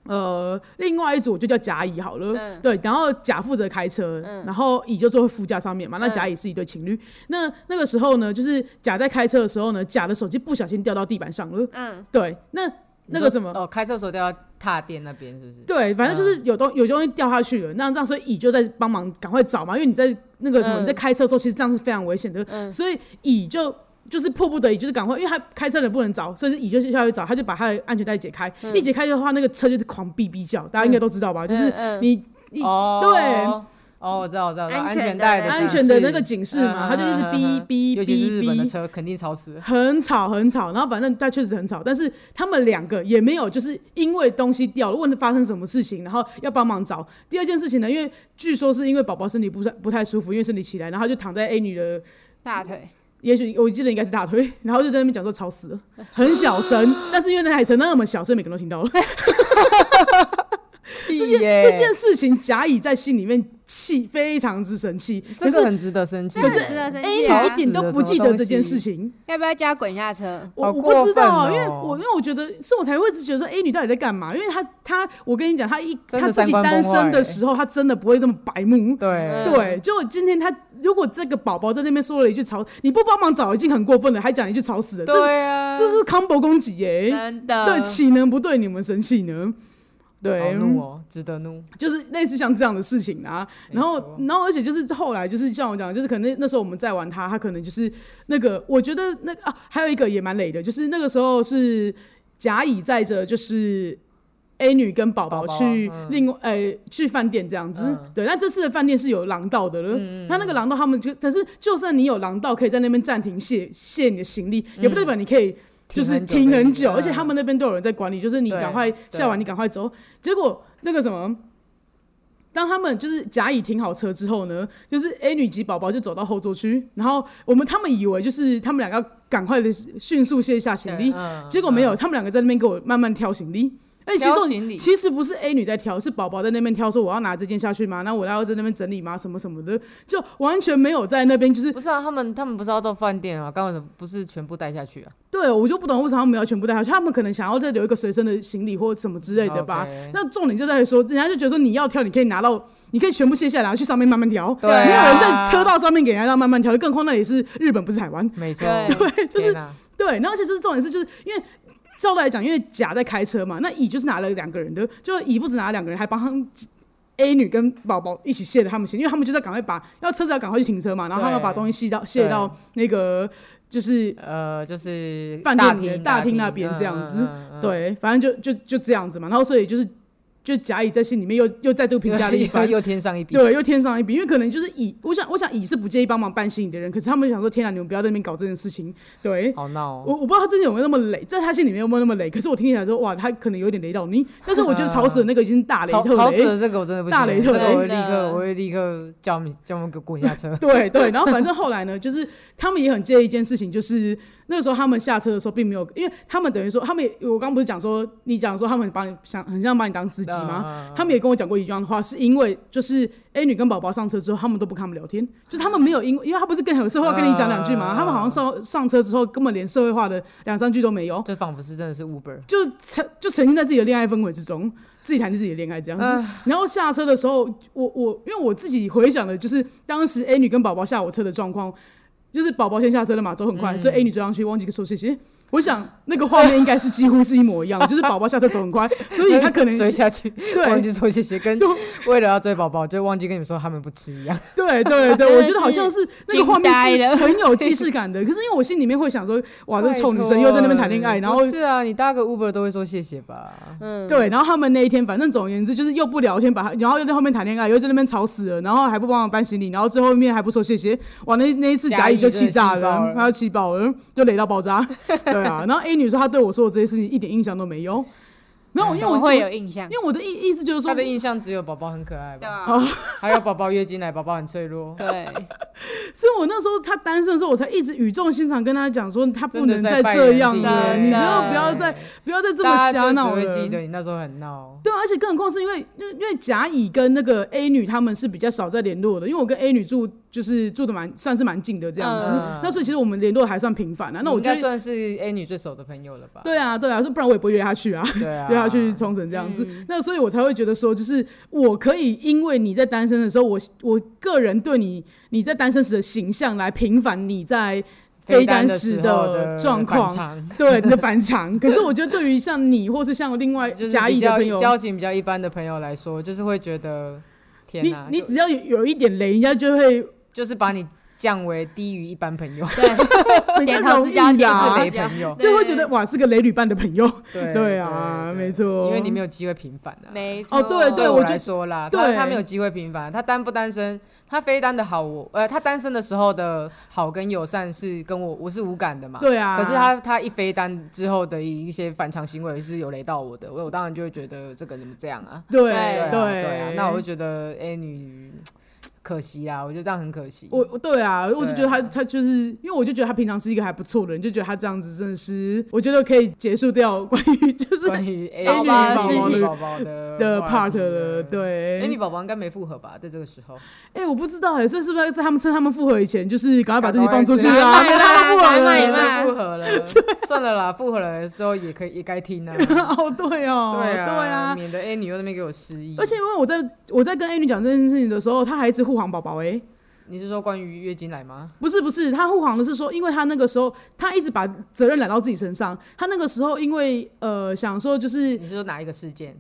Speaker 1: 呃，另外一组就叫甲乙好了，
Speaker 2: 嗯
Speaker 1: 对，然后甲负责开车，
Speaker 2: 嗯
Speaker 1: 然后乙就坐副驾上面嘛。那甲乙是一对情侣，那那个时候呢，就是甲在开车的时候呢，甲的手机不小心掉到地板上了，
Speaker 2: 嗯，
Speaker 1: 对，那那个什么，
Speaker 3: 哦，开车的时候都要踏垫那边是不是？
Speaker 1: 对，反正就是
Speaker 2: 嗯
Speaker 1: 有东有东西掉下去了，那这样所以乙就在帮忙赶快找嘛，因为你在那个什么、
Speaker 2: 嗯
Speaker 1: 你在开车的时候，其实这样是非常危险的，
Speaker 2: 嗯
Speaker 1: 所以乙就。就是迫不得已，就是赶快，因为他开车的人不能找，所以是乙就下去找，他就把他的安全带解开。一解开的话，那个车就是狂哔哔叫，大家应该都知道吧？就是
Speaker 2: 嗯嗯
Speaker 1: 你你、
Speaker 3: 哦，
Speaker 1: 对，
Speaker 3: 哦，我知道，我知道，我知道
Speaker 2: 安
Speaker 3: 安
Speaker 2: 全
Speaker 3: 全
Speaker 2: 的
Speaker 3: 带的
Speaker 1: 安
Speaker 3: 警
Speaker 1: 全的
Speaker 3: 示
Speaker 1: 那个警示嘛，他就一直哔哔
Speaker 3: 尤其是日本的
Speaker 1: 哔哔，
Speaker 3: 车肯定超时。
Speaker 1: 很吵很吵。然后反正他确实很吵，但是他们两个也没有就是因为东西掉了，问发生什么事情，然后要帮忙找。第二件事情呢，因为据说是因为宝宝身体不太不太舒服，因为身体起来，然后他就躺在 A 女的
Speaker 2: 大腿，
Speaker 1: 也许我记得应该是大腿， 然后就在那边讲说吵死了，很小 声，但是因为那台车那么小，所以每个人都听 到了。
Speaker 3: 这 件
Speaker 1: 这件事情，甲乙在心里面气非常之生气，可
Speaker 3: 这
Speaker 1: 是哎
Speaker 3: 个很值得生气，
Speaker 2: 这很值得生
Speaker 1: A
Speaker 2: 气
Speaker 1: 女
Speaker 2: 啊
Speaker 1: 一！点都不记得这件事情。
Speaker 2: 要不要加滚下车？
Speaker 1: 我
Speaker 3: 好
Speaker 1: 我
Speaker 3: 过
Speaker 1: 不知道，啊
Speaker 3: 分哦
Speaker 1: 因为我因为我觉得，所以我才会一直觉得说，哎、你到底在干嘛？因为他他，我跟你讲，他一
Speaker 3: 真的
Speaker 1: 他自己单身的时候，他真的不会这么白目。
Speaker 3: 对，
Speaker 1: 对，结果今天他如果这个宝宝在那边说了一句吵，你不帮忙找已经很过分了，还讲一句吵死了，这
Speaker 3: 对啊，
Speaker 1: 这是 combo 攻击耶、
Speaker 2: 真的，
Speaker 1: 哎对，岂能不对你们生气呢？
Speaker 3: 嗯好
Speaker 1: 对，嗯
Speaker 3: 怒哦，值得怒。
Speaker 1: 就是类似像这样的事情啊。
Speaker 3: 没
Speaker 1: 然
Speaker 3: 错
Speaker 1: 后，然后，而且就是后来就是像我讲的，就是可能那时候我们在玩他，他可能就是那个，我觉得那个啊，还有一个也蛮累的，就是那个时候是甲乙载着就是 A 女跟宝宝
Speaker 3: 宝宝
Speaker 1: 去
Speaker 3: 嗯
Speaker 1: 另外呃去饭店这样子。
Speaker 3: 嗯
Speaker 1: 对，那这次的饭店是有廊道的了，他那个廊道他们就，但是就算你有廊道可以在那边暂停卸卸你的行李，也
Speaker 3: 嗯
Speaker 1: 不代表你可以。就是停很久，而且他们那边都有人在管理，就是你
Speaker 3: 对
Speaker 1: 赶快下完，
Speaker 3: 对
Speaker 1: 你赶快走。结果那个什么，当他们就是甲乙停好车之后呢，就是 A 女及宝宝就走到后座区，然后我们他们以为就是他们两个要赶快的迅速卸下行李，
Speaker 3: 嗯
Speaker 1: 结果没有，他们两个在那边给我慢慢挑行李。哎、其实
Speaker 3: 挑
Speaker 1: 我
Speaker 3: 行李
Speaker 1: 其实不是 A 女在挑，是宝宝在那边挑，说我要拿这件下去吗？那我要在那边整理吗？什么什么的，就完全没有在那边，就是
Speaker 3: 不是啊，他们他们不是要到饭店啊，刚刚不是全部带下去啊？
Speaker 1: 对我就不懂为什么他们要全部带下去，他们可能想要再留一个随身的行李或什么之类的吧。
Speaker 3: OK
Speaker 1: 那重点就在于说，人家就觉得说你要挑，你可以拿到，你可以全部卸下来，然后去上面慢慢挑。
Speaker 3: 对啊
Speaker 1: 没有人在车道上面给人家让慢慢挑，更何况那里是日本，不是台湾。
Speaker 3: 没错，
Speaker 1: 对，就是
Speaker 3: 天哪
Speaker 1: 对，然后而且就是重点是，就是因为照来讲，因为甲在开车嘛，那乙就是拿了两个人的，就乙不止拿了两个人，还帮他们 A 女跟宝宝一起卸了他们行，因为他们就在赶快把要车子要赶快去停车嘛，然后他们
Speaker 3: 对
Speaker 1: 把东西卸到卸到那个就是。
Speaker 3: 呃，就是
Speaker 1: 饭
Speaker 3: 大
Speaker 1: 店里的
Speaker 3: 厅
Speaker 1: 大厅那边这样子，
Speaker 3: 嗯嗯嗯
Speaker 1: 对，反正就就就这样子嘛，然后所以就是就甲乙在心里面又又再度评价了一番
Speaker 3: 又，又添上一笔，
Speaker 1: 对，又添上一笔，因为可能就是乙，我想我想乙是不介意帮忙办行李的人，可是他们想说，天啊，你们不要在那边搞这件事情，对，
Speaker 3: 好闹
Speaker 1: 我
Speaker 3: 哦。
Speaker 1: 我不知道他真的有没有那么雷，在他心里面有没有那么雷，可是我听起来说，哇，他可能有点雷到你，但是我觉得吵死的那个已经是大雷
Speaker 3: 吵
Speaker 1: 特
Speaker 3: 吵死
Speaker 1: 雷。
Speaker 3: 了，这个我真的不行，欸
Speaker 1: 大雷特。
Speaker 3: 这个我会
Speaker 2: 雷
Speaker 3: 立刻，
Speaker 2: 真的
Speaker 3: 我会立刻叫你叫我们给我滚下车
Speaker 1: 对对，然后反正后来呢，就是他们也很介意一件事情，就是那个时候他们下车的时候并没有，因为他们等于说他们也，我刚不是讲说你讲说他们把你想很像把你当司机吗？
Speaker 3: 吗
Speaker 1: 他们也跟我讲过一样的话，是因为就是 A 女跟宝宝上车之后，他们都不跟他们聊天，就是他们没有因为，因为他不是更有社会化跟你讲两句嘛，
Speaker 3: 啊
Speaker 1: 他们好像上上车之后根本连社会化的两三句都没有，
Speaker 3: 就仿佛是真的是 Uber，
Speaker 1: 就沉就沉浸在自己的恋爱氛围之中，自己谈自己的恋爱这样子。然后下车的时候，我我因为我自己回想的，就是当时 A 女跟宝宝下我车的状况，就是宝宝先下车了嘛，走很快，所以 A 女追上去，忘记说谢谢。我想那个画面应该是几乎是一模一样的，就是宝宝下车走很快，所以他可能
Speaker 3: 追下去，忘
Speaker 1: 对
Speaker 3: 记说谢谢，跟
Speaker 1: 对
Speaker 3: 为了要追宝宝，就忘记跟你们说他们不吃一样。
Speaker 1: 对对对，我觉得好像是那个画面
Speaker 2: 惊呆
Speaker 1: 是
Speaker 2: 了
Speaker 1: 很有既视感的。可是因为我心里面会想说， 哇，这臭女生又在那边谈恋爱，
Speaker 3: 拜托
Speaker 1: 然后
Speaker 3: 不是啊，你搭个 Uber 都会说谢谢吧？
Speaker 2: 嗯，
Speaker 1: 对，然后他们那一天，反正总而言之就是又不聊天，把他，然后又在后面谈恋爱，又在那边吵死了，然后还不帮忙搬行李，然后最后面还不说谢谢，哇，那那一次
Speaker 3: 甲
Speaker 1: 甲
Speaker 3: 乙
Speaker 1: 乙就
Speaker 3: 真
Speaker 1: 气
Speaker 3: 的
Speaker 1: 炸
Speaker 3: 气爆
Speaker 1: 了，
Speaker 3: 了
Speaker 1: 他要气爆了，就雷到爆炸，对啊。然后 A 女说她对我说的这些事情一点印象都没有，没有，因为
Speaker 2: 啊怎么
Speaker 1: 我
Speaker 2: 会
Speaker 1: 我
Speaker 2: 有印象
Speaker 1: 因，为我的意意思就是说
Speaker 3: 他的印象只有宝宝很可爱
Speaker 2: 对啊
Speaker 3: 吧，
Speaker 2: 吧？
Speaker 1: 哦
Speaker 3: 还有宝宝月经来，宝宝很脆 弱。
Speaker 2: 对，
Speaker 1: 所以我那时候他单身的时候，我才一直语重心长跟他讲说，他不
Speaker 3: 真的
Speaker 1: 能
Speaker 3: 在
Speaker 1: 再
Speaker 3: 拜
Speaker 1: 这
Speaker 3: 人
Speaker 1: 样
Speaker 3: 地
Speaker 1: 了，你
Speaker 2: 真
Speaker 1: 真的
Speaker 2: 的
Speaker 1: 不要再不要 再这么
Speaker 3: 大家
Speaker 1: 瞎
Speaker 3: 就只
Speaker 1: 闹
Speaker 3: 会
Speaker 1: 了。
Speaker 3: 记得你那时候很闹。
Speaker 1: 对啊，而且更何况是因为，因为因为甲乙跟那个 A 女他们是比较少在联络的，因为我跟 A 女住就是住的蛮算是蛮近的这样子，
Speaker 3: 嗯
Speaker 1: 那所以其实我们联络还算频繁啊。那
Speaker 3: 你
Speaker 1: 我
Speaker 3: 应
Speaker 1: 就
Speaker 3: 该算是 A 女最熟的朋友了吧？
Speaker 1: 对啊，对啊，说不然我也不会约她去啊，
Speaker 3: 对 啊，
Speaker 1: 约她去冲绳这样
Speaker 3: 嗯
Speaker 1: 子。
Speaker 2: 嗯
Speaker 1: 那所以我才会觉得说，就是我可以因为你在单身的时候，我我个人对你你在单身时的形象来平反你在非
Speaker 3: 非
Speaker 1: 单
Speaker 3: 单
Speaker 1: 时
Speaker 3: 的
Speaker 1: 状况
Speaker 3: 反。常
Speaker 1: 对你的反常，可是我觉得对于像你或是像另外
Speaker 3: 就是
Speaker 1: 甲
Speaker 3: 比
Speaker 1: 乙的
Speaker 3: 较
Speaker 1: 朋友，
Speaker 3: 交情比较一般的朋友来说，就是会觉得天
Speaker 1: 你
Speaker 3: 哪，
Speaker 1: 你
Speaker 3: 啊就
Speaker 1: 只要有有一点雷，人家就 会
Speaker 3: 就是把你降为低于一般朋 友，
Speaker 2: 对，
Speaker 1: 比较
Speaker 2: 点 头
Speaker 1: 容
Speaker 2: 之
Speaker 1: 易
Speaker 2: 交，点
Speaker 1: 啦
Speaker 2: 头
Speaker 3: 是
Speaker 2: 之
Speaker 3: 雷
Speaker 2: 交
Speaker 3: 朋 友
Speaker 1: 就会觉得哇是个雷旅伴的朋友。
Speaker 3: 对
Speaker 1: 啊对啊，没，错，
Speaker 3: 因为你没有机会平反啊。
Speaker 2: 没错，
Speaker 1: 哦对
Speaker 3: 对
Speaker 1: 我
Speaker 3: 我
Speaker 1: 觉得
Speaker 3: 来说啦，
Speaker 1: 对
Speaker 3: 他他没有机会平凡，他单不单身，他非单的好我，呃，他单身的时候的好跟友善是跟我我是无感的嘛，、
Speaker 1: 对啊，
Speaker 3: 可是他他一非单之后的一一些反常行为是有雷到我的，我我当然就会觉得这个人怎么这样啊，
Speaker 1: 对
Speaker 2: 对
Speaker 3: 啊对啊，那我就觉得 A 女可惜啊，我觉得这样很可惜，
Speaker 1: 我我对啊，我就觉得他
Speaker 3: 对啊
Speaker 1: 他就是因为我就觉得他平常是一个还不错的人，就觉得他这样子真的是，我觉得可以结束掉关于就是
Speaker 3: 关于 A
Speaker 1: 哎宝
Speaker 3: 女
Speaker 1: 宝
Speaker 2: 的事情
Speaker 3: 宝宝的
Speaker 1: 的
Speaker 3: 话
Speaker 1: part
Speaker 3: 题
Speaker 1: 了。。对，
Speaker 3: A 女
Speaker 1: 哎、
Speaker 3: 宝宝应该没复合吧，在这个时候，
Speaker 1: 我不知道哎、所以是不是在他们趁他们复合以前，就是赶快把自己放出去
Speaker 3: 赶
Speaker 1: 啊？
Speaker 3: 快
Speaker 1: 他们复合
Speaker 2: 赶快
Speaker 1: 了，
Speaker 2: 卖卖
Speaker 3: 复合了， 算了啦，复合了之后也可以也该听啊。
Speaker 1: 哦，对哦，
Speaker 3: 对
Speaker 1: 啊，
Speaker 3: 啊，免得 A 女又在那边给我失忆。
Speaker 1: 而且因为我在我在跟 A 女讲这件事情的时候，她还一直护航宝宝哎。
Speaker 3: 你是说关于月经来吗？
Speaker 1: 不是不是，他护航的是说，因为他那个时候他一直把责任揽到自己身上。他那个时候因为呃想说就是
Speaker 3: 你是说哪一个事件？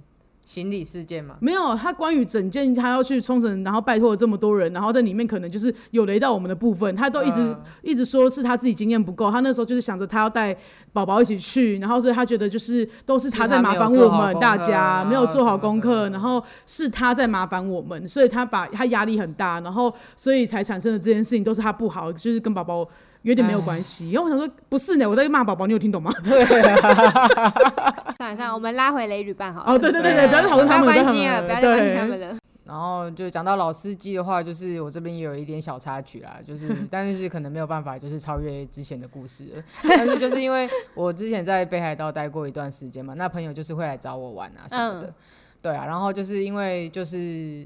Speaker 3: 行李事件吗？
Speaker 1: 没有他关于整件他要去冲绳，然后拜托了这么多人，然后在里面可能就是有雷到我们的部分，他都一直、
Speaker 3: 嗯
Speaker 1: 一直说是他自己经验不够。他那时候就是想着他要带宝宝一起去，然后所以他觉得就是都是他在麻烦我们大家，
Speaker 3: 是他
Speaker 1: 没
Speaker 3: 没
Speaker 1: 有
Speaker 3: 有
Speaker 1: 做
Speaker 3: 做
Speaker 1: 好
Speaker 3: 好
Speaker 1: 功
Speaker 3: 功
Speaker 1: 课，
Speaker 3: 课
Speaker 1: 然后是他在麻烦我们，所以他把他压力很大，然后所以才产生了这件事情，都是他不好，就是跟宝宝。有点没有关系，
Speaker 3: 哎
Speaker 1: 因为我想说，不是呢，我在骂宝宝，你有听懂吗？
Speaker 2: 算了算了，我们拉回雷旅伴好了。
Speaker 1: 哦，对对对
Speaker 3: 对
Speaker 1: 哦对，不要再讨论
Speaker 2: 不
Speaker 1: 他
Speaker 2: 要
Speaker 1: 们了，
Speaker 2: 关
Speaker 1: 他
Speaker 2: 心
Speaker 1: 们
Speaker 2: 了，
Speaker 1: 了
Speaker 2: 不要再关心
Speaker 1: 对
Speaker 2: 他们了。
Speaker 3: 然后就讲到老司机的话，就是我这边也有一点小插曲啦，就是但是可能没有办法，就是超越之前的故事了。但是就是因为我之前在北海道待过一段时间嘛，那朋友就是会来找我玩啊什么的，
Speaker 2: 嗯
Speaker 3: 对啊。然后就是因为就是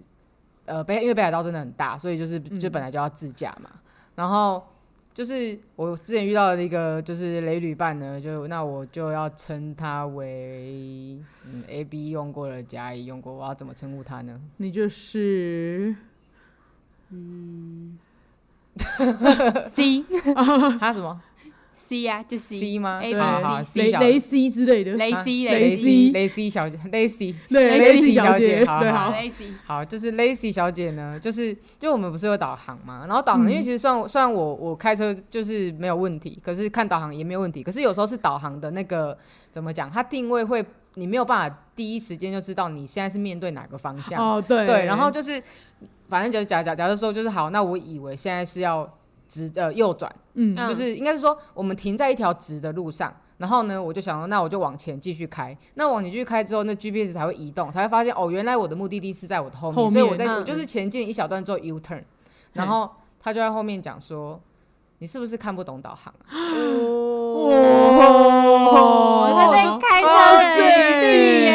Speaker 3: 呃北因为北海道真的很大，所以就是就本来就要自驾嘛，然后。就是我之前遇到的一个就是雷旅伴呢，就那我就要称他为嗯 A B 用过了，甲乙用过，我要怎么称呼他呢？
Speaker 1: 你就是，
Speaker 2: C
Speaker 3: 他什么
Speaker 2: C 呀，啊就
Speaker 3: C 吗？
Speaker 2: A
Speaker 3: 对
Speaker 1: 好
Speaker 3: 好
Speaker 2: 好 C
Speaker 1: 雷
Speaker 3: 小
Speaker 1: 雷 C 之类的，
Speaker 2: 雷
Speaker 3: 啊
Speaker 2: C
Speaker 1: 雷 C
Speaker 2: 雷 C
Speaker 3: 雷 C 小姐，雷 C
Speaker 1: 对
Speaker 2: 雷
Speaker 1: C
Speaker 3: 西
Speaker 1: 小
Speaker 3: 小姐好
Speaker 1: 对
Speaker 3: 好
Speaker 1: 好，
Speaker 2: 雷 C，
Speaker 3: 好，就是 Lacy 小姐呢，就是就我们不是有导航嘛，然后导
Speaker 1: 嗯
Speaker 3: 航、因为其实算我虽然我我开车就是没有问题，可是看导航也没有问题，可是有时候是导航的那个怎么讲，它定位会你没有办法第一时间就知道你现在是面对哪个方向，
Speaker 1: 哦对
Speaker 3: 对，然后就是反正就假假假设说就是好，那我以为现在是要直呃右转，
Speaker 1: 嗯
Speaker 2: 嗯
Speaker 3: 就是应该是说我们停在一条直的路上，然后呢，我就想说，那我就往前继续开。那往前继续开之后，那 GPS 才会移动，才会发现哦，原来我的目的地是在我的后面，
Speaker 1: 后面
Speaker 3: 所以我在、
Speaker 2: 嗯
Speaker 3: 我就是前进一小段之后 U turn，然后他就在后面讲说。你是不是看不懂导航啊？
Speaker 1: 哦
Speaker 2: 我哦在
Speaker 1: 在
Speaker 2: 那开
Speaker 3: 超
Speaker 2: 车
Speaker 3: 级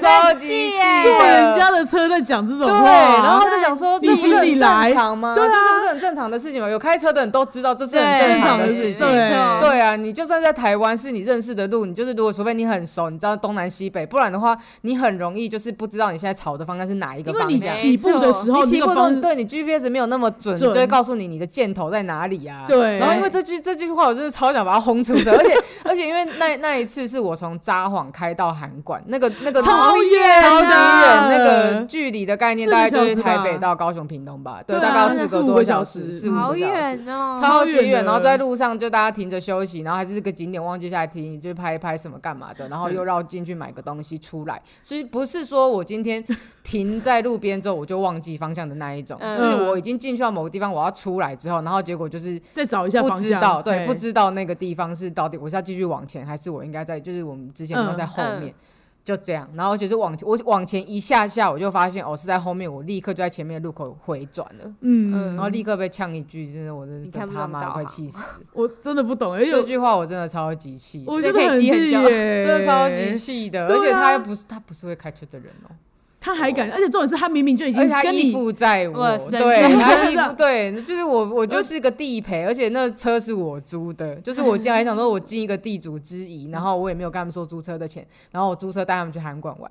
Speaker 1: 耶生
Speaker 2: 时候
Speaker 3: 气哦的，我超级气
Speaker 2: 耶
Speaker 1: 坐人
Speaker 3: 的。
Speaker 1: 家的车在讲这种
Speaker 3: 对，
Speaker 1: 话，
Speaker 3: 然后就想说，
Speaker 1: 你
Speaker 3: 这不是
Speaker 1: 心里
Speaker 3: 很
Speaker 1: 来
Speaker 3: 正常吗？
Speaker 1: 对啊
Speaker 3: 这不是很正常的事情吗？有开车的人都知道这是很
Speaker 2: 对
Speaker 3: 正常的
Speaker 2: 没
Speaker 3: 事情。
Speaker 2: 错
Speaker 1: 对
Speaker 3: 对啊，你就算在台湾是你认识的路，你就是如果除非你很熟，你知道东南西北，不然的话，你很容易就是不知道你现在朝的方向是哪一个
Speaker 1: 因
Speaker 3: 方
Speaker 1: 为
Speaker 3: 向。
Speaker 1: 你起步的时候，
Speaker 3: 你起
Speaker 1: 那
Speaker 3: 步
Speaker 1: 个
Speaker 3: 的时候，
Speaker 1: 方
Speaker 3: 你对你 GPS 没有那么准，
Speaker 1: 准
Speaker 3: 你就会告诉你你的箭头在哪里啊。
Speaker 1: 对，
Speaker 3: 然后因为这句这句话，我真的超想把它轰出 去，而且而且因为那那一次是我从札幌开到函馆，那个那个
Speaker 1: 超远
Speaker 3: 超
Speaker 1: 的，
Speaker 3: 级远，啊那个距离的概念
Speaker 1: 四个
Speaker 3: 大概就是
Speaker 1: 小时吧
Speaker 3: 台北到高雄、屏东吧，
Speaker 1: 对啊
Speaker 3: 大概要四
Speaker 1: 四
Speaker 3: 个
Speaker 1: 五
Speaker 3: 多
Speaker 1: 个小
Speaker 3: 时，
Speaker 1: 时
Speaker 3: 四五个小
Speaker 2: 好
Speaker 3: 时。
Speaker 2: 远哦，
Speaker 1: 超
Speaker 3: 超级
Speaker 1: 远
Speaker 3: 远，然后
Speaker 1: 的
Speaker 3: 在路上就大家停着休息，然后还是个景点忘记下来停，就拍一拍什么干嘛的，
Speaker 1: 嗯
Speaker 3: 然后又绕进去买个东西出来。其实不是说我今 天停在路边之后我就忘记方向的那一种，
Speaker 2: 嗯
Speaker 3: 是我已经进去到某个地方，我要出来之后，然后结果就是
Speaker 1: 再找一下
Speaker 3: 不
Speaker 1: 方
Speaker 3: 知
Speaker 1: 向，
Speaker 3: 道，对，不
Speaker 1: 知
Speaker 3: 知道那个地方是到底我是要继续往前，还是我应该在就是我们之前有没有在后
Speaker 2: 嗯嗯
Speaker 3: 面。就这样，然后就是往我往前一下下，我就发现哦是在后面，我立刻就在前面的路口回转了。
Speaker 1: 嗯，
Speaker 3: 然后立刻被呛一句，真的，我真
Speaker 2: 你
Speaker 3: 的
Speaker 2: 看不
Speaker 3: 他
Speaker 2: 懂
Speaker 3: 妈
Speaker 2: 导
Speaker 3: 的快
Speaker 2: 航
Speaker 3: 气死！
Speaker 1: 我真的不懂，而且
Speaker 3: 这句话我真的超级气，
Speaker 1: 我
Speaker 2: 这
Speaker 1: 真的
Speaker 2: 可
Speaker 1: 很
Speaker 2: 以记很
Speaker 1: 气
Speaker 2: 久
Speaker 1: 耶，
Speaker 3: 真的超级气的，
Speaker 1: 对
Speaker 3: 而且他
Speaker 1: 啊
Speaker 3: 又不是他不是会开车的人哦、
Speaker 1: 他还敢，而且重点是他明明就已
Speaker 3: 而
Speaker 1: 经
Speaker 3: 且他
Speaker 1: 跟
Speaker 3: 依
Speaker 1: 你
Speaker 3: 附在
Speaker 2: 我
Speaker 3: 我，
Speaker 2: 生
Speaker 3: 对，
Speaker 2: 气
Speaker 3: 他
Speaker 1: 了
Speaker 3: 依附对，就是我我就是个地陪，而且那车是我租的，就是我竟然还想说我尽一个地主之谊，然后我也没有跟他们说租车的钱，然后我租车带他们去韩馆玩，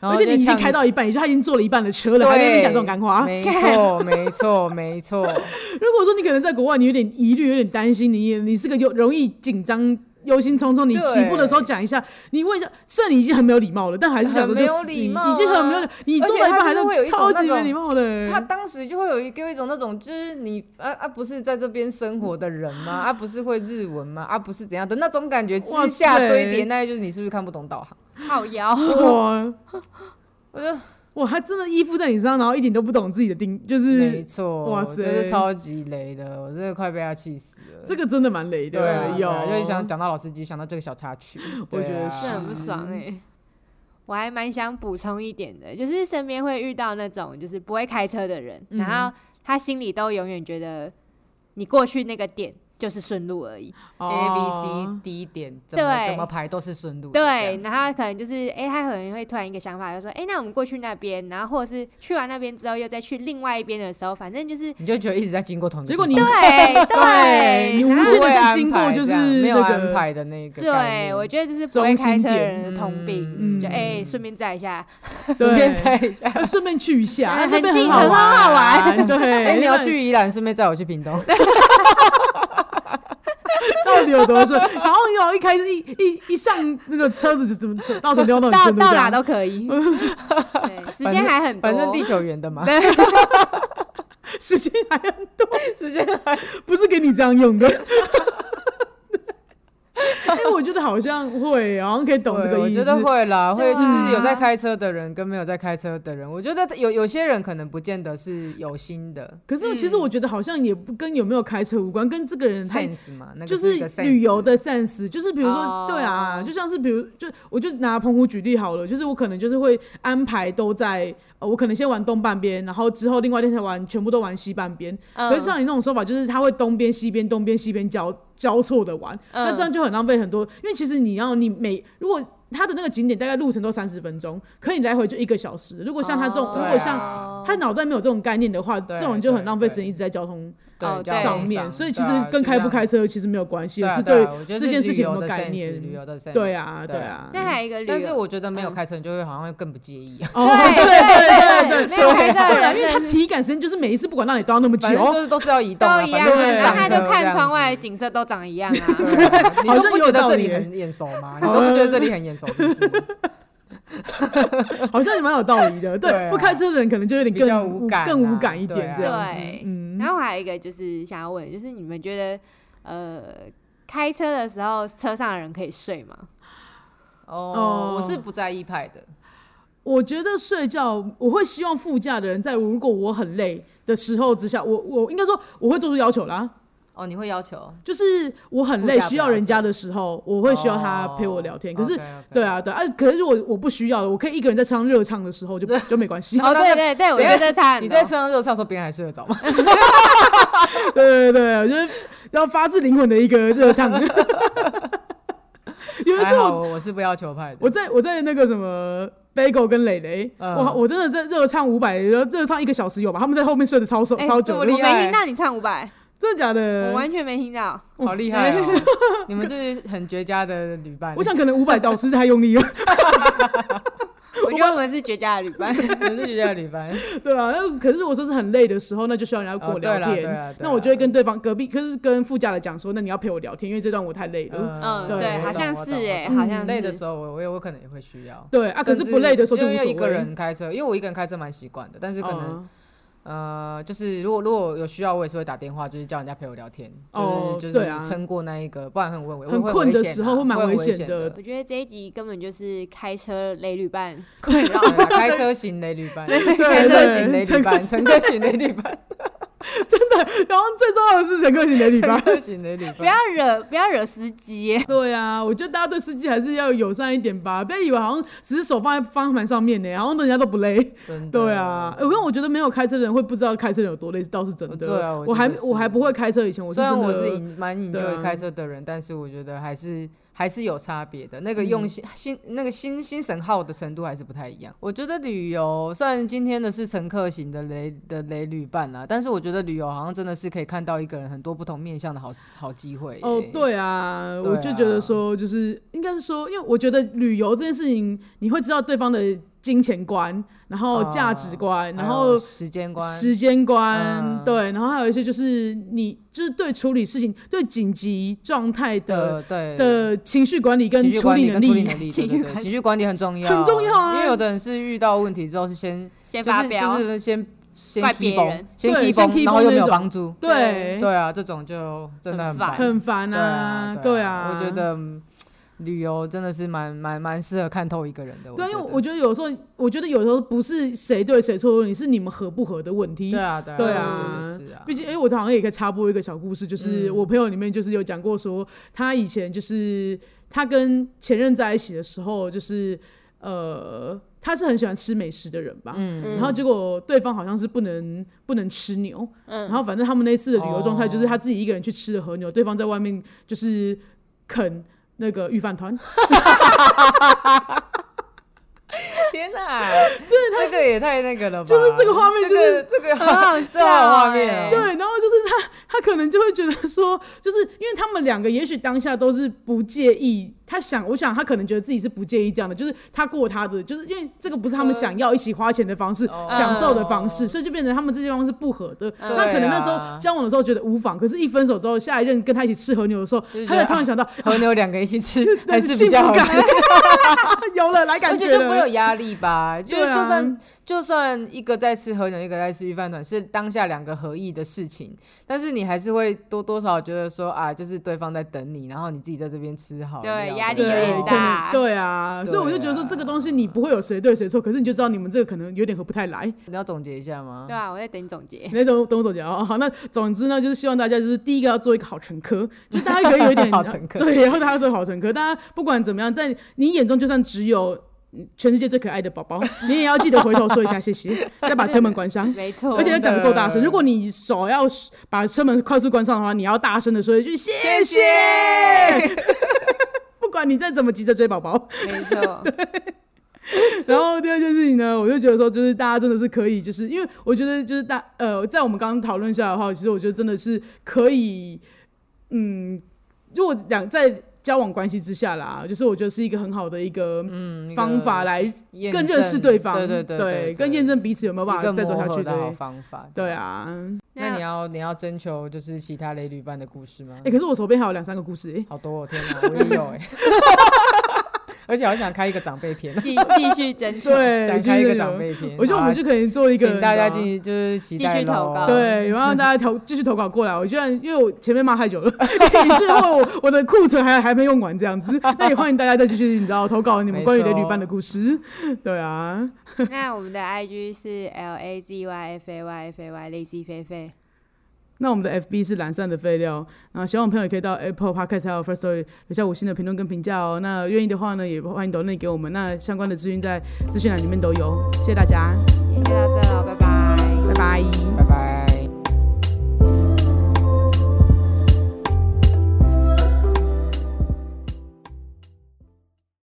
Speaker 3: 然后
Speaker 1: 而且你已经
Speaker 3: 就呛
Speaker 1: 开到一半，也就他已经坐了一半的车了，还在那边讲这种干话。
Speaker 3: 没错，没错，没错。
Speaker 1: 如果说你可能在国外，你有点疑虑，有点担心，你你是个有容易紧张、忧心忡忡，你
Speaker 3: 对
Speaker 1: 起步的时候讲一下，你问一下，虽然你已经很没有礼貌了，但还是想说
Speaker 3: 很
Speaker 1: 就
Speaker 3: 没有
Speaker 1: 是
Speaker 3: 礼
Speaker 1: 你
Speaker 3: 貌
Speaker 1: 已经很没有
Speaker 3: 啊
Speaker 1: 礼，你
Speaker 3: 而
Speaker 1: 坐
Speaker 3: 且
Speaker 1: 到一
Speaker 3: 他
Speaker 1: 半还
Speaker 3: 就是会有一种
Speaker 1: 超级
Speaker 3: 那
Speaker 1: 没
Speaker 3: 种
Speaker 1: 礼貌的。
Speaker 3: 他当时就会有一给我一种那种，就是你啊啊，不是在这边生活的人 吗？啊，不是会日文吗？啊，不是怎样的那种感觉
Speaker 1: 哇
Speaker 3: 之下
Speaker 1: 塞
Speaker 3: 堆叠，那就是你是不是看不懂导航？
Speaker 2: 好摇，
Speaker 3: 嗯
Speaker 1: 哇
Speaker 3: 我就
Speaker 1: 哇，他真的依附在你身上，然后一点都不懂自己的定，就
Speaker 3: 没
Speaker 1: 是
Speaker 3: 错，
Speaker 1: 哇
Speaker 3: 哇
Speaker 1: 塞
Speaker 3: 塞，这是超级雷的，我真的快被他气死了。
Speaker 1: 这个真的蛮雷的，
Speaker 3: 对啊，
Speaker 1: 有、
Speaker 3: 对啊就是想讲到老司机，想到这个小插曲，
Speaker 1: 我觉得
Speaker 3: 对啊
Speaker 2: 这很不爽哎、我还蛮想补充一点的，就是身边会遇到那种就是不会开车的人，
Speaker 1: 嗯
Speaker 2: 然后他心里都永远觉得你过去那个点就是顺路而已。
Speaker 3: 嗯 A B C
Speaker 1: 哦
Speaker 3: D 点怎么
Speaker 2: 对
Speaker 3: 怎么排都是顺路的，这
Speaker 2: 对
Speaker 3: 样，
Speaker 2: 然后可能就是，哎、他可能会突然一个想法，就说，哎、那我们过去那边，然后或者是去完那边之后，又再去另外一边的时候，反正就是
Speaker 3: 你就觉得一直在经过同一个
Speaker 1: 结果
Speaker 3: 地
Speaker 1: 你
Speaker 3: 方
Speaker 2: 对
Speaker 1: 对
Speaker 2: 对，
Speaker 1: 你
Speaker 2: 然
Speaker 1: 无
Speaker 2: 后
Speaker 1: 限的
Speaker 3: 不会
Speaker 1: 在
Speaker 3: 安
Speaker 1: 经过
Speaker 3: 排
Speaker 1: 就是
Speaker 3: 这样没有
Speaker 1: 那个
Speaker 3: 安排的那个概
Speaker 2: 对，
Speaker 3: 念，
Speaker 2: 我觉得这是不会开车的
Speaker 1: 中心
Speaker 2: 人的通病，
Speaker 1: 嗯
Speaker 2: 就哎，顺、便载一下，
Speaker 3: 顺便
Speaker 1: 对
Speaker 3: 猜一下。
Speaker 1: 顺便去一 下，
Speaker 2: 哎
Speaker 1: 那嗯边
Speaker 2: 很近
Speaker 1: 好
Speaker 2: 很好
Speaker 1: 玩。对，
Speaker 3: 哎、你要
Speaker 1: 那
Speaker 3: 去宜兰，顺便载我去屏东。
Speaker 1: 到底有多顺？然后有一开始一一一上那个车子就怎么到处溜到很
Speaker 2: 到
Speaker 1: 顺
Speaker 2: 到哪
Speaker 1: 都
Speaker 2: 都可 以，对，时间还很多，
Speaker 3: 反正地久远的 嘛，
Speaker 1: 这样时间还很多，
Speaker 3: 直接
Speaker 1: 不是给你这样用的。 哎、我觉得好像会，好像可以懂这
Speaker 3: 对
Speaker 1: 个
Speaker 3: 我
Speaker 1: 意思。
Speaker 3: 觉得会啦，
Speaker 2: 对
Speaker 3: 会就是有在
Speaker 2: 啊
Speaker 3: 开车的人跟没有在开车的人，我觉得有有些人可能不见得是有心的
Speaker 1: 可是其实我觉得好像也不跟有没有开车无关，跟这个人他
Speaker 3: sense 嘛，那个
Speaker 1: 就是
Speaker 3: 一
Speaker 1: 是
Speaker 3: 个 sense
Speaker 1: 旅游的 sense，就是比如说，
Speaker 2: 哦
Speaker 1: 对啊，就像是比如，就我就拿澎湖举例好了，就是我可能就是会安排都在，呃，我可能先玩东半边，然后之后另外一天才玩，全部都玩西半边。
Speaker 2: 嗯
Speaker 1: 可是像你那种说法，就是他会东边西边东边西边交交错的玩，
Speaker 2: 嗯
Speaker 1: 那这样就很浪费很多，因为其实你要你每如果。他的那个景点大概路程都三十分钟，可你来回就一个小时。如果像他这种，
Speaker 2: 哦
Speaker 1: 如
Speaker 3: 对
Speaker 1: 果
Speaker 3: 啊
Speaker 1: 像他脑袋没有这种概念的话，这种人就很浪费时间，一直在交通
Speaker 2: 哦
Speaker 3: 对
Speaker 2: 对
Speaker 1: 上面，所以其实
Speaker 3: 啊
Speaker 1: 跟开不开
Speaker 3: 车
Speaker 1: 车其实没有关系，
Speaker 3: 对
Speaker 1: 而
Speaker 3: 啊
Speaker 1: 是
Speaker 3: 对啊我觉得
Speaker 1: 这件
Speaker 3: 是
Speaker 1: 事
Speaker 3: 旅
Speaker 1: 情有没
Speaker 3: 游
Speaker 1: 有
Speaker 3: 的
Speaker 1: 概
Speaker 3: sense，旅
Speaker 1: 念。
Speaker 3: 游的 sense，
Speaker 1: 对啊，对
Speaker 3: 对。
Speaker 1: 啊。
Speaker 2: 那还有一个旅游，
Speaker 3: 但是我觉得没有
Speaker 2: 嗯
Speaker 3: 开车，你就会好像会更不介意啊。
Speaker 1: 哦，对
Speaker 2: 对
Speaker 1: 对
Speaker 2: 对
Speaker 1: 对
Speaker 2: 没有开车的
Speaker 1: 对啊
Speaker 2: 人
Speaker 1: 因为
Speaker 2: 真
Speaker 1: 他
Speaker 2: 的是
Speaker 1: 体感时间就是每一次不管让你都要那么久
Speaker 3: 反，正就是都是要移动啊，
Speaker 2: 都一
Speaker 3: 反
Speaker 2: 样，
Speaker 3: 正就是
Speaker 1: 对
Speaker 2: 然
Speaker 3: 上
Speaker 2: 后他
Speaker 3: 车
Speaker 2: 就看
Speaker 3: 这样
Speaker 2: 窗外的
Speaker 3: 子
Speaker 2: 景色都长一 样啊。
Speaker 3: 你
Speaker 1: 好
Speaker 3: 都
Speaker 1: 像
Speaker 3: 不
Speaker 1: 有
Speaker 3: 觉得
Speaker 1: 道
Speaker 3: 这
Speaker 1: 理欸
Speaker 3: 里
Speaker 1: 耶
Speaker 3: 很眼熟 吗？你都不觉得这里很眼熟，是不是？
Speaker 1: 好像也蛮有道理的。
Speaker 3: 对
Speaker 1: 对，
Speaker 3: 啊
Speaker 1: 不开车的人可能就有点
Speaker 3: 比较
Speaker 1: 更
Speaker 3: 无
Speaker 1: 无
Speaker 3: 感啊
Speaker 1: 更无感一点这
Speaker 3: 对
Speaker 1: 样子
Speaker 2: 对。
Speaker 1: 嗯
Speaker 2: 然后还有一个就是想要问，就是你们觉得呃开车的时候车上的人可以睡吗？
Speaker 3: 哦，我
Speaker 1: 哦
Speaker 3: 是不在意派的，
Speaker 1: 我觉得睡觉，我会希望副驾的人在如果我很累的时候之下，我我应该说我会做出要求啦，
Speaker 3: 哦，你会要求？
Speaker 1: 就是我很
Speaker 3: 副
Speaker 1: 累
Speaker 3: 驾不
Speaker 1: 需
Speaker 3: 要
Speaker 1: 要人家的时候，我会需要他陪我聊天。可是
Speaker 3: 哦 OK，OK
Speaker 1: 对，啊，对啊，可是如果我不需要了，我可以一个人在车上热唱的时候就就没关 系。
Speaker 2: 哦，对对对，我觉得差很
Speaker 3: 你
Speaker 2: 多
Speaker 3: 在。车上热唱的时候，别人还睡得着吗？
Speaker 1: 对对对，我觉得要发自灵魂的一个热 唱。有一次
Speaker 3: 还好
Speaker 1: 我
Speaker 3: 我我是不要求派的，
Speaker 1: 我在我在那个什么 Bagel 跟磊磊，
Speaker 3: 嗯
Speaker 1: 哇，我真的在热唱五百，然后热唱一个小时有吧？他们在后面睡得超熟
Speaker 2: 哎
Speaker 1: 超
Speaker 3: 这
Speaker 1: 久
Speaker 3: 么
Speaker 2: 我
Speaker 1: 的，
Speaker 3: 厉
Speaker 2: 没
Speaker 3: 害嗯
Speaker 2: 听到你唱五百，
Speaker 1: 真的假
Speaker 2: 我
Speaker 1: 的？
Speaker 2: 完全没听 到。
Speaker 3: 好厉害 哦！你们是很绝佳的旅伴，
Speaker 1: 我想可能五百导师太用力了，
Speaker 2: 我觉得我们是绝佳的旅伴。
Speaker 3: 你们是绝佳的旅 伴，
Speaker 1: 对啊，那可是如果说是很累的时候，那就需要人家跟我
Speaker 3: 哦对啦
Speaker 1: 聊
Speaker 3: 对啦
Speaker 1: 天
Speaker 3: 对，啦
Speaker 1: 那我就会跟对方隔壁，可是跟副驾的讲说，那你要陪我聊天，因为这段我太累了。
Speaker 2: 嗯，
Speaker 1: 对
Speaker 2: 对，
Speaker 1: 我懂
Speaker 2: 好像是哎，
Speaker 3: 哎，
Speaker 2: 好像是。
Speaker 3: 累的时候我我也我可能也会需要。
Speaker 1: 对啊，可是
Speaker 3: 甚至
Speaker 1: 不累的时候就
Speaker 3: 因
Speaker 1: 无
Speaker 3: 为
Speaker 1: 所谓。
Speaker 3: 一个人开车，因为我一个人开车蛮习惯的，但是可能
Speaker 1: 嗯
Speaker 3: 呃，就是如果如果有需要，我也是会打电话，就是叫人家陪我聊天，
Speaker 1: 哦
Speaker 3: 就是就
Speaker 1: 对
Speaker 3: 是
Speaker 1: 啊
Speaker 3: 撑过那一个，不然很危
Speaker 1: 很
Speaker 3: 会
Speaker 1: 困
Speaker 3: 危
Speaker 1: 的
Speaker 3: 险
Speaker 1: 时
Speaker 3: 啊
Speaker 1: 候会蛮
Speaker 3: 会
Speaker 1: 危
Speaker 3: 危
Speaker 1: 险
Speaker 3: 险
Speaker 1: 的
Speaker 2: 我觉得这一集根本就是开车雷旅伴，
Speaker 3: 对啊开车型雷旅伴，开
Speaker 1: 对
Speaker 3: 车型雷旅
Speaker 1: 乘客
Speaker 3: 伴，乘客型雷旅 伴，
Speaker 1: 然后最重要的是乘客型的旅
Speaker 3: 乘
Speaker 1: 伴。
Speaker 3: 客型雷旅
Speaker 2: 不
Speaker 3: 伴
Speaker 2: 要。惹不要惹司机欸。
Speaker 1: 对啊，我觉得大家对司机还是要友善一点吧，不要以为好像只是手放在方向盘上面呢，好像人家都不累。
Speaker 3: 真的
Speaker 1: 对啊，因为我觉得没有开车的人会不知道开车人有多累，是倒是真的。
Speaker 3: 对啊我觉得
Speaker 1: 我还
Speaker 3: 是
Speaker 1: 我还不会开车以前，我是
Speaker 3: 虽然
Speaker 1: 真的
Speaker 3: 我是引蛮引
Speaker 1: 对
Speaker 3: 咎
Speaker 1: 啊
Speaker 3: 开车的人，但是我觉得还是还是有差别的。那
Speaker 1: 嗯
Speaker 3: 个用心、心那个心心神耗的程度还是不太一样。我觉得旅游虽然今天的是乘客型的雷的雷旅伴啦，但是我觉得旅游好像真的是可以看到一个人很多不同面向的好好机会耶、欸
Speaker 1: 哦，对啊，
Speaker 3: 对
Speaker 1: 我就觉
Speaker 3: 啊
Speaker 1: 得说，就是应该是说，因为我觉得旅游这件事情，你会知道对方的金钱观，然后价值观，
Speaker 3: 哦还有
Speaker 1: 然后
Speaker 3: 时间观，
Speaker 1: 时间观，
Speaker 3: 嗯
Speaker 1: 对，然后还有一些就是你就是对处理事情、对紧急状态的
Speaker 3: 的对
Speaker 1: 的情绪管理跟
Speaker 3: 情绪
Speaker 1: 处
Speaker 3: 管
Speaker 1: 理
Speaker 3: 理
Speaker 1: 能
Speaker 3: 跟处理
Speaker 1: 力。
Speaker 3: 能力，
Speaker 2: 情
Speaker 3: 对
Speaker 2: 绪
Speaker 3: 对
Speaker 2: 管理
Speaker 3: 对，情绪管理很重要，
Speaker 1: 很重要啊
Speaker 3: 因为有的人是遇到问题之后是先
Speaker 2: 先
Speaker 3: 就
Speaker 2: 发
Speaker 3: 是
Speaker 2: 飙
Speaker 3: 就，是先
Speaker 2: 怪
Speaker 3: 先
Speaker 2: 别
Speaker 3: key 崩
Speaker 2: 人，
Speaker 3: 先
Speaker 1: 对
Speaker 3: key
Speaker 1: 先
Speaker 3: 崩，
Speaker 1: key
Speaker 3: 然后
Speaker 1: 崩
Speaker 3: 又
Speaker 1: 那
Speaker 3: 没有
Speaker 1: 种
Speaker 3: 帮助，
Speaker 1: 对，
Speaker 3: 对啊，这种就真的
Speaker 2: 很
Speaker 3: 烦，
Speaker 1: 很烦
Speaker 3: 对啊，
Speaker 1: 对
Speaker 3: 啊，
Speaker 1: 啊，
Speaker 3: 我觉。得嗯旅游真的是蛮蛮蛮适合看透一个人的，
Speaker 1: 对，因为
Speaker 3: 觉
Speaker 1: 我觉得有时候，我觉得有时候不是谁对谁错的问题，是你们合不合的问
Speaker 3: 得
Speaker 1: 题。
Speaker 3: 对啊对啊
Speaker 1: 对
Speaker 3: 啊，
Speaker 1: 啊
Speaker 3: 我觉得是啊，
Speaker 1: 毕竟，哎、我好像也可以插播一个小故事，就是
Speaker 3: 嗯
Speaker 1: 我朋友里面就是有讲过说，他以前就是他跟前任在一起的时候，就是呃，他是很喜欢吃美食的人吧。
Speaker 3: 嗯
Speaker 1: 然后结果对方好像是不能不能吃牛，
Speaker 2: 嗯
Speaker 1: 然后反正他们那次的旅游状态就是
Speaker 3: 哦
Speaker 1: 他自己一个人去吃了和牛，对方在外面就是啃那个御饭团，
Speaker 3: 天哪，所 以这个也太那个了吧，
Speaker 1: 就是这个画面
Speaker 3: 这
Speaker 1: 就是
Speaker 3: 个这个
Speaker 2: 很好
Speaker 3: 这个画
Speaker 2: 笑
Speaker 3: 面
Speaker 2: 欸
Speaker 3: 哦，
Speaker 1: 对，然后就是他，他可能就会觉得说，就是因为他们两个也许当下都是不介意他想，我想他可能觉得自己是不介意这样的，就是他过他的，就是因为这个不是他们想要一起花钱的方式、
Speaker 3: 哦啊
Speaker 1: 享受的方式，所以就变成他们这些方式不合的。那可能那时候交往的时候觉得无妨，可是一分手之后，下一任跟他一起吃和牛的时候，
Speaker 3: 就觉得
Speaker 1: 他就突然想到，哎
Speaker 3: 和牛两个一起 吃
Speaker 1: 对
Speaker 3: 啊还是比较好
Speaker 1: 幸
Speaker 3: 吃
Speaker 1: 福， 有了来
Speaker 3: 而
Speaker 1: 感
Speaker 3: 且
Speaker 1: 觉
Speaker 3: 就不会有
Speaker 1: 了，
Speaker 3: 压力 吧？就
Speaker 1: 对啊
Speaker 3: 就算就算一个在吃和牛，一个在吃鱼饭团，是当下两个合意的事情，但是你还是会多多少少觉得说啊，就是对方在等你，然后你自己在这边吃好料，
Speaker 2: 对压力
Speaker 1: 对，
Speaker 2: 有点
Speaker 1: 可能
Speaker 2: 大
Speaker 1: 对啊，所以我就觉得说
Speaker 3: 对啊
Speaker 1: 这个东西你不会有谁对谁错，可是你就知道你们这个可能有点合不太来。
Speaker 3: 你要总结一下吗？
Speaker 2: 对啊，我在等你总结。
Speaker 1: 那等我等我总结啊。好，那总之呢，就是希望大家就是第一个要做一个好乘客，就大家可以有一点
Speaker 3: 好乘客
Speaker 1: 对，然后大家做好乘客。大家不管怎么样，在你眼中就算只有嗯全世界最可爱的宝 宝，你也要记得回头说一下谢谢，再把车门关 上。
Speaker 2: 没错，
Speaker 1: 而且要讲的够大声。
Speaker 3: 真的
Speaker 1: 如果你手要把车门快速关上的话，你要大声的说一句谢
Speaker 3: 谢谢。
Speaker 1: 不管你再怎么急着追宝宝，
Speaker 2: 没 错，
Speaker 1: 然后第二件事情呢，我就觉得说，就是大家真的是可以，就是因为我觉得就是大呃，在我们刚刚讨论下来的话，其实我觉得真的是可以，嗯，如果两在交往关系之下啦，就是我觉得是一个很好的一个
Speaker 3: 嗯，一个
Speaker 1: 方法来
Speaker 3: 验
Speaker 1: 更认识
Speaker 3: 证
Speaker 1: 对方，
Speaker 3: 对对对对，
Speaker 1: 更验证彼此有没有办
Speaker 3: 一
Speaker 1: 法
Speaker 3: 个
Speaker 1: 再走
Speaker 3: 磨
Speaker 1: 下
Speaker 3: 合
Speaker 1: 去
Speaker 3: 的好
Speaker 1: 对
Speaker 3: 方法。
Speaker 1: 对
Speaker 3: 这样子，
Speaker 1: 啊，
Speaker 3: 那你要你要征求就是其他雷旅伴的故事吗
Speaker 1: 哎、？可是我手边还有两三个故事、欸，
Speaker 3: 好多哦，天哪，我也有哎， 而且好想开一个长辈篇，
Speaker 2: 继继续争取，
Speaker 1: 对，
Speaker 3: 想
Speaker 1: 就
Speaker 3: 开一个
Speaker 1: 是
Speaker 3: 长辈篇，
Speaker 1: 我觉得我们
Speaker 3: 好啊
Speaker 1: 就可以做一个，啊
Speaker 3: 请大家
Speaker 1: 你知道吗
Speaker 3: 继续就是期
Speaker 2: 继
Speaker 3: 待
Speaker 2: 续投
Speaker 3: 咯
Speaker 2: 稿
Speaker 1: 对，然后让大家投继续投稿过来。我居然因为我前面骂太久了， 以至于我我的库存还还没用完这样 子。那也欢迎大家再继续你知道投稿你们
Speaker 3: 没
Speaker 1: 关于
Speaker 3: 错
Speaker 1: 雷旅伴的故事。对啊，
Speaker 2: 那我们的 IG 是 L A Z Y F A Y F A Y Lazy 菲菲，
Speaker 1: 那我们的 FB 是懒散的废料，那喜欢我们朋友也可以到 Apple Podcast 还有 First Story 留下五星的评论跟评价哦。那愿意的话呢，也欢迎抖内给我们。那相关的资讯在资讯栏里面都有。谢谢大家，
Speaker 2: 今天就到这了，拜拜。
Speaker 1: 拜拜。
Speaker 3: 拜拜。